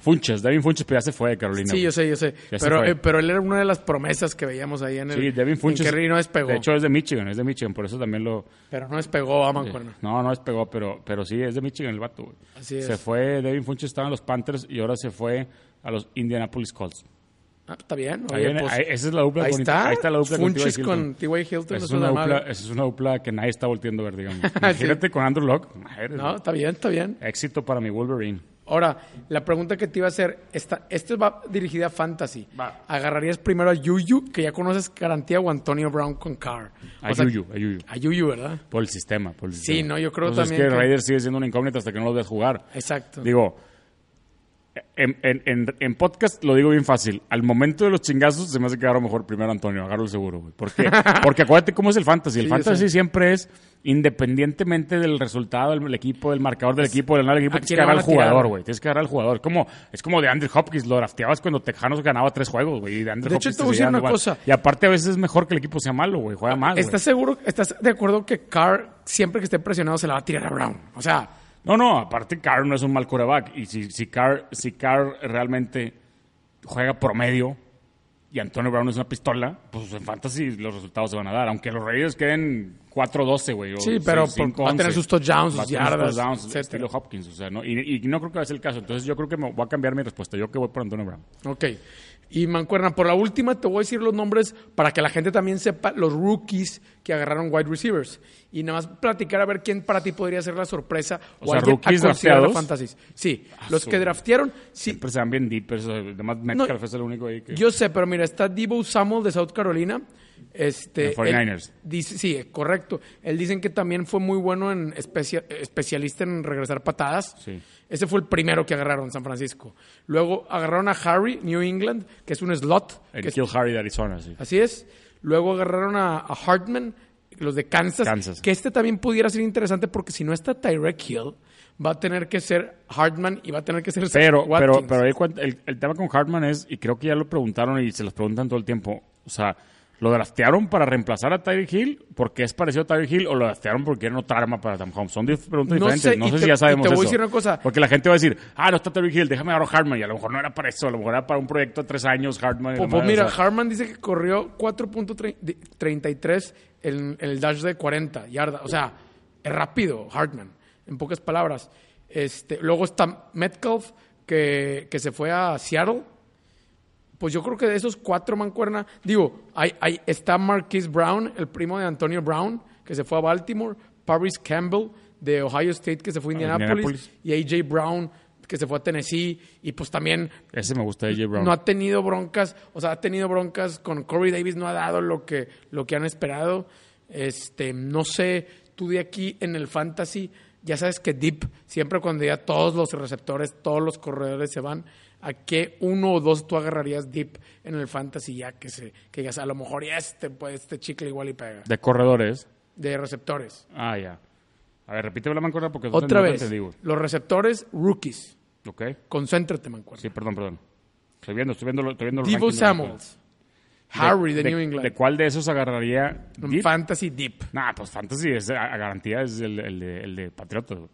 Speaker 2: Funches, Devin Funches, pero ya se fue de Carolina.
Speaker 1: Sí,
Speaker 2: güey.
Speaker 1: yo sé, yo sé.
Speaker 2: Ya se
Speaker 1: Pero,
Speaker 2: fue.
Speaker 1: eh, pero él era una de las promesas que veíamos ahí en el...
Speaker 2: Sí, Devin
Speaker 1: en
Speaker 2: Funches.
Speaker 1: que Rí no despegó.
Speaker 2: De hecho, es de Michigan, es de Michigan, por eso también lo.
Speaker 1: pero no despegó a Mancuerna.
Speaker 2: No, no despegó, pero, pero sí, es de Michigan el vato, güey.
Speaker 1: Así es.
Speaker 2: Se fue, Devin Funches estaba en los Panthers y ahora se fue a los Indianapolis Colts.
Speaker 1: Ah, está bien.
Speaker 2: Ahí
Speaker 1: oye,
Speaker 2: viene-
Speaker 1: pues,
Speaker 2: ahí- esa es la dupla
Speaker 1: ahí
Speaker 2: con-
Speaker 1: está.
Speaker 2: ahí está la dupla con T.Y.
Speaker 1: Funches
Speaker 2: Hilton.
Speaker 1: con T.Y. Hilton.
Speaker 2: Esa es,
Speaker 1: no
Speaker 2: una
Speaker 1: suena mal. Ah,
Speaker 2: dupla, eh, esa es una dupla que nadie está volteando a ver,
Speaker 1: [LAUGHS]
Speaker 2: digamos. Imagínate con Andrew Locke. madre,
Speaker 1: No, está bien, está bien.
Speaker 2: Éxito para mi Wolverine.
Speaker 1: Ahora, la pregunta que te iba a hacer, esta, esto va dirigida a fantasy.
Speaker 2: Va.
Speaker 1: ¿Agarrarías primero a Yuyu, que ya conoces garantía, o Antonio Brown con Carr? O
Speaker 2: A
Speaker 1: sea,
Speaker 2: Yuyu, a Yuyu.
Speaker 1: A Yuyu, ¿verdad?
Speaker 2: Por el sistema, por el
Speaker 1: Sí,
Speaker 2: sistema.
Speaker 1: no, yo creo
Speaker 2: Entonces es
Speaker 1: también
Speaker 2: que,
Speaker 1: que-
Speaker 2: Raiders sigue siendo una incógnita hasta que no lo veas jugar.
Speaker 1: Exacto.
Speaker 2: Digo, en, en- en- en podcast lo digo bien fácil. Al momento de los chingazos se me hace que agarro mejor primero a Antonio, agarro el seguro, güey.
Speaker 1: [LAUGHS]
Speaker 2: ¿Por qué? Porque acuérdate cómo es el fantasy. El
Speaker 1: Sí, yo
Speaker 2: fantasy
Speaker 1: sé.
Speaker 2: siempre es independientemente del resultado del equipo, del marcador del equipo, del análisis del
Speaker 1: ¿a
Speaker 2: equipo, tienes
Speaker 1: quién
Speaker 2: que
Speaker 1: le
Speaker 2: agarrar al
Speaker 1: van a tirar?
Speaker 2: jugador, güey. Tienes que agarrar al jugador. Como, es como de Andrew Hopkins, lo drafteabas cuando Tejanos ganaba tres juegos, güey. y De, Andrew
Speaker 1: De hecho,
Speaker 2: Hopkins
Speaker 1: te voy a decir
Speaker 2: seguía
Speaker 1: una
Speaker 2: dando-
Speaker 1: cosa. Ah,
Speaker 2: Y aparte a veces es mejor que el equipo sea malo, güey. Juega mal, ah, güey.
Speaker 1: ¿Estás seguro, estás de acuerdo que Carr, siempre que esté presionado, se la va a tirar a Brown? O sea,
Speaker 2: No, no, aparte Carr no es un mal quarterback. Y si, si, Carr, si Carr realmente juega promedio y Antonio Brown es una pistola, pues en fantasy los resultados se van a dar. Aunque los Raiders queden 4-12, güey. o
Speaker 1: Sí, pero
Speaker 2: seis- cinco,
Speaker 1: va a tener
Speaker 2: once.
Speaker 1: sus touchdowns,
Speaker 2: Va a
Speaker 1: sus
Speaker 2: tener
Speaker 1: yardas,
Speaker 2: touchdowns,
Speaker 1: etcétera.
Speaker 2: estilo Hopkins, o sea, ¿no? Y, y no creo que va a ser el caso. Entonces yo creo que me voy a cambiar mi respuesta. Yo que voy por Antonio Brown.
Speaker 1: ok. Y Mancuerna, por la última te voy a decir los nombres para que la gente también sepa los rookies que agarraron wide receivers. Y nada más platicar a ver quién para ti podría ser la sorpresa
Speaker 2: O sea,
Speaker 1: alguien a
Speaker 2: rookies
Speaker 1: considerar a
Speaker 2: drafteados. Ah,
Speaker 1: fantasies. Sí, los
Speaker 2: su-
Speaker 1: que draftearon, sí,
Speaker 2: Siempre se dan bien deep, pero además Metcalf es el único ahí que...
Speaker 1: Yo sé, pero mira, está Debo Samuel de South Carolina. Este,
Speaker 2: De 49ers.
Speaker 1: él dice- sí, correcto. Él dicen que también fue muy bueno en especia- especialista en regresar patadas.
Speaker 2: Sí.
Speaker 1: Ese fue el primero que agarraron San Francisco. Luego agarraron a Harry, New England, que es un slot.
Speaker 2: el
Speaker 1: que es-
Speaker 2: Kill Harry de Arizona, sí.
Speaker 1: así es. Luego agarraron a, a Hartman, los de Kansas,
Speaker 2: Kansas.
Speaker 1: Que este también pudiera ser interesante porque si no está Tyrek Hill, va a tener que ser Hartman y va a tener que ser
Speaker 2: Pero,
Speaker 1: Watkins.
Speaker 2: pero, pero ahí cuan- el, el tema con Hartman es, y creo que ya lo preguntaron y se los preguntan todo el tiempo, o sea, ¿lo draftearon para reemplazar a Tyreek Hill porque es parecido a Tyreek Hill o lo draftearon porque era otra arma para Tom Holmes? Son dif- preguntas
Speaker 1: No
Speaker 2: diferentes,
Speaker 1: sé,
Speaker 2: no
Speaker 1: y
Speaker 2: sé
Speaker 1: te-
Speaker 2: si ya sabemos
Speaker 1: y te voy a
Speaker 2: eso.
Speaker 1: decir una cosa.
Speaker 2: Porque la gente va a decir, ah, no está Tyreek Hill, déjame agarrar a Hartman, y a lo mejor no era para eso, a lo mejor era para un proyecto de tres años, Hartman. y la
Speaker 1: Pues, pues,
Speaker 2: madre,
Speaker 1: mira,
Speaker 2: o sea,
Speaker 1: Hartman dice que corrió 4.33 en el dash de 40 yardas. O sea, es rápido, Hartman, en pocas palabras. Este, luego está Metcalf, que, que se fue a Seattle. Pues yo creo que de esos cuatro mancuerna, digo, hay, hay, está Marquise Brown, el primo de Antonio Brown, que se fue a Baltimore, Paris Campbell de Ohio State, que se fue a Indianapolis,
Speaker 2: Indianapolis.
Speaker 1: y AJ Brown, que se fue a Tennessee, y pues también
Speaker 2: ese me gusta de J. Brown.
Speaker 1: no ha tenido broncas, o sea, ha tenido broncas con Corey Davis, no ha dado lo que, lo que han esperado. Este, no sé, tú de aquí en el fantasy, ya sabes que Deep, siempre cuando ya todos los receptores, todos los corredores se van, ¿a qué uno o dos tú agarrarías Deep en el fantasy ya que se, que digas, a lo mejor ya este, pues, este chicle igual y pega?
Speaker 2: De corredores.
Speaker 1: De receptores.
Speaker 2: Ah, ya. A ver, repíteme la mancuerna porque no te-
Speaker 1: Otra
Speaker 2: no Pues, te
Speaker 1: vez,
Speaker 2: entendí, güey.
Speaker 1: los receptores, rookies.
Speaker 2: Ok,
Speaker 1: Concéntrate, mancuerno.
Speaker 2: sí, perdón, perdón. Estoy viendo, estoy viendo, lo- estoy viendo los
Speaker 1: Divo
Speaker 2: rankings de la
Speaker 1: Samuels, Harry de, New
Speaker 2: ¿De
Speaker 1: England,
Speaker 2: cuál de esos agarraría Deep?
Speaker 1: Fantasy Deep.
Speaker 2: Nah, pues Fantasy es, a, a garantía es el, el de, el de Patriotas. güey.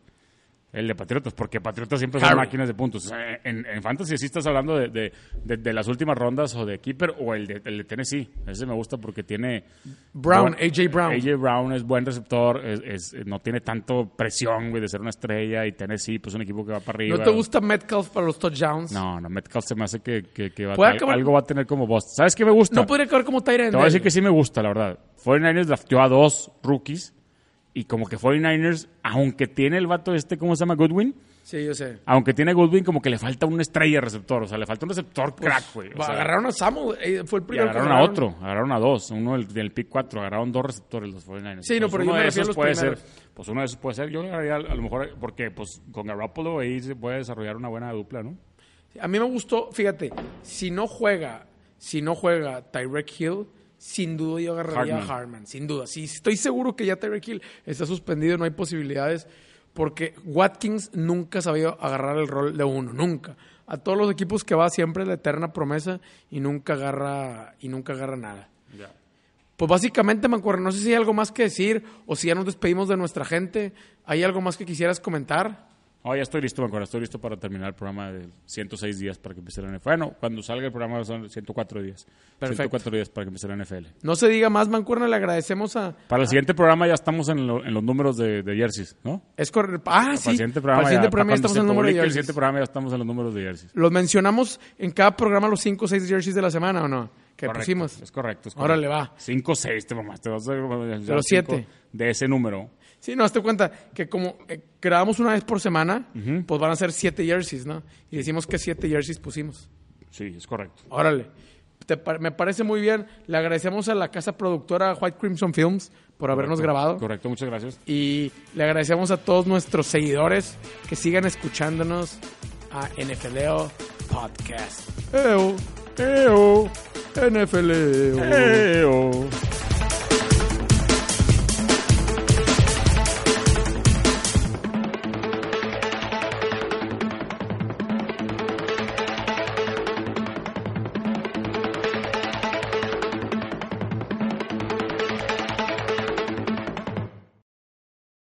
Speaker 2: El de Patriotas, porque Patriotas siempre son
Speaker 1: Harry.
Speaker 2: máquinas de puntos. O sea, en, en Fantasy sí estás hablando de, de- de- de las últimas rondas o de Keeper o el de, el de Tennessee. Ese me gusta porque tiene...
Speaker 1: Brown,
Speaker 2: buen-
Speaker 1: AJ Brown.
Speaker 2: AJ Brown es buen receptor, es- es- no tiene tanto presión güey, de ser una estrella y Tennessee pues es un equipo que va para arriba.
Speaker 1: ¿No te gusta Metcalf para los touchdowns?
Speaker 2: No, no, Metcalf se me hace que, que- que va-
Speaker 1: Puede acabar-
Speaker 2: algo va a tener como boss. ¿Sabes qué me gusta?
Speaker 1: No podría acabar como Tyrant.
Speaker 2: Te voy a decir que sí me gusta, la verdad. 49ers drafteó a dos rookies y como que 49ers, aunque tiene el vato este, ¿cómo se llama? Goodwin.
Speaker 1: Sí, yo sé.
Speaker 2: Aunque tiene Goodwin, como que le falta una estrella de receptor. O sea, le falta un receptor crack, güey. O
Speaker 1: Pues, Va,
Speaker 2: sea,
Speaker 1: agarraron a Samuel, eh, fue el
Speaker 2: y
Speaker 1: primero. que
Speaker 2: agarraron a otro, agarraron a dos. Uno del, del pick 4, agarraron dos receptores los 49ers.
Speaker 1: Sí, no, pero yo
Speaker 2: uno
Speaker 1: me
Speaker 2: de
Speaker 1: refiero a
Speaker 2: esos
Speaker 1: los
Speaker 2: puede ser.
Speaker 1: primeros.
Speaker 2: Pues uno de esos puede ser. Yo le agarraría a lo mejor, porque pues con Garoppolo ahí se puede desarrollar una buena dupla, ¿no?
Speaker 1: A mí me gustó, fíjate, si no juega, si no juega Tyreek Hill, sin duda yo agarraría
Speaker 2: Hartman.
Speaker 1: a Harman, sin duda. Sí, estoy seguro que ya Tyreek Hill está suspendido, no hay posibilidades, porque Watkins nunca ha sabido agarrar el rol de uno, nunca. A todos los equipos que va siempre es la eterna promesa y nunca agarra y nunca agarra nada. Pues básicamente, Mancuerno, no sé si hay algo más que decir o si ya nos despedimos de nuestra gente. ¿Hay algo más que quisieras comentar?
Speaker 2: Oh, ya estoy listo, Mancora. Estoy listo para terminar el programa de 106 días para que empiece la NFL. Bueno, cuando salga el programa son 104 días.
Speaker 1: Perfecto.
Speaker 2: 104 días para que empiece la NFL.
Speaker 1: No se diga más, Mancuerno, le agradecemos a...
Speaker 2: Para el siguiente programa ya estamos en, lo- en los números de, de jerseys, ¿no?
Speaker 1: Es correcto.
Speaker 2: Para
Speaker 1: Ah, sí.
Speaker 2: el siguiente programa,
Speaker 1: Para el siguiente programa ya
Speaker 2: para cuando
Speaker 1: estamos
Speaker 2: se
Speaker 1: en el número de
Speaker 2: publique el
Speaker 1: jerseys.
Speaker 2: siguiente programa ya estamos en los números de jerseys.
Speaker 1: Los mencionamos en cada programa los 5 o 6 jerseys de la semana, ¿o no? Que
Speaker 2: Correcto,
Speaker 1: pusimos.
Speaker 2: Es correcto. Es correcto.
Speaker 1: Órale, va.
Speaker 2: 5 6 te mamaste. Vas a- ya
Speaker 1: los
Speaker 2: cinco
Speaker 1: siete.
Speaker 2: De ese número.
Speaker 1: Sí, no, hazte cuenta que como eh, grabamos una vez por semana, pues van a ser 7 jerseys, ¿no? Y decimos que 7 jerseys pusimos.
Speaker 2: Sí, es correcto.
Speaker 1: Órale. Te par- me parece muy bien. Le agradecemos a la casa productora White Crimson Films por habernos grabado.
Speaker 2: Correcto, muchas gracias.
Speaker 1: Y le agradecemos a todos nuestros seguidores que sigan escuchándonos a NFLEO Podcast. ¡Eo! ¡Eo! ¡NFLEO!
Speaker 2: Eh, oh.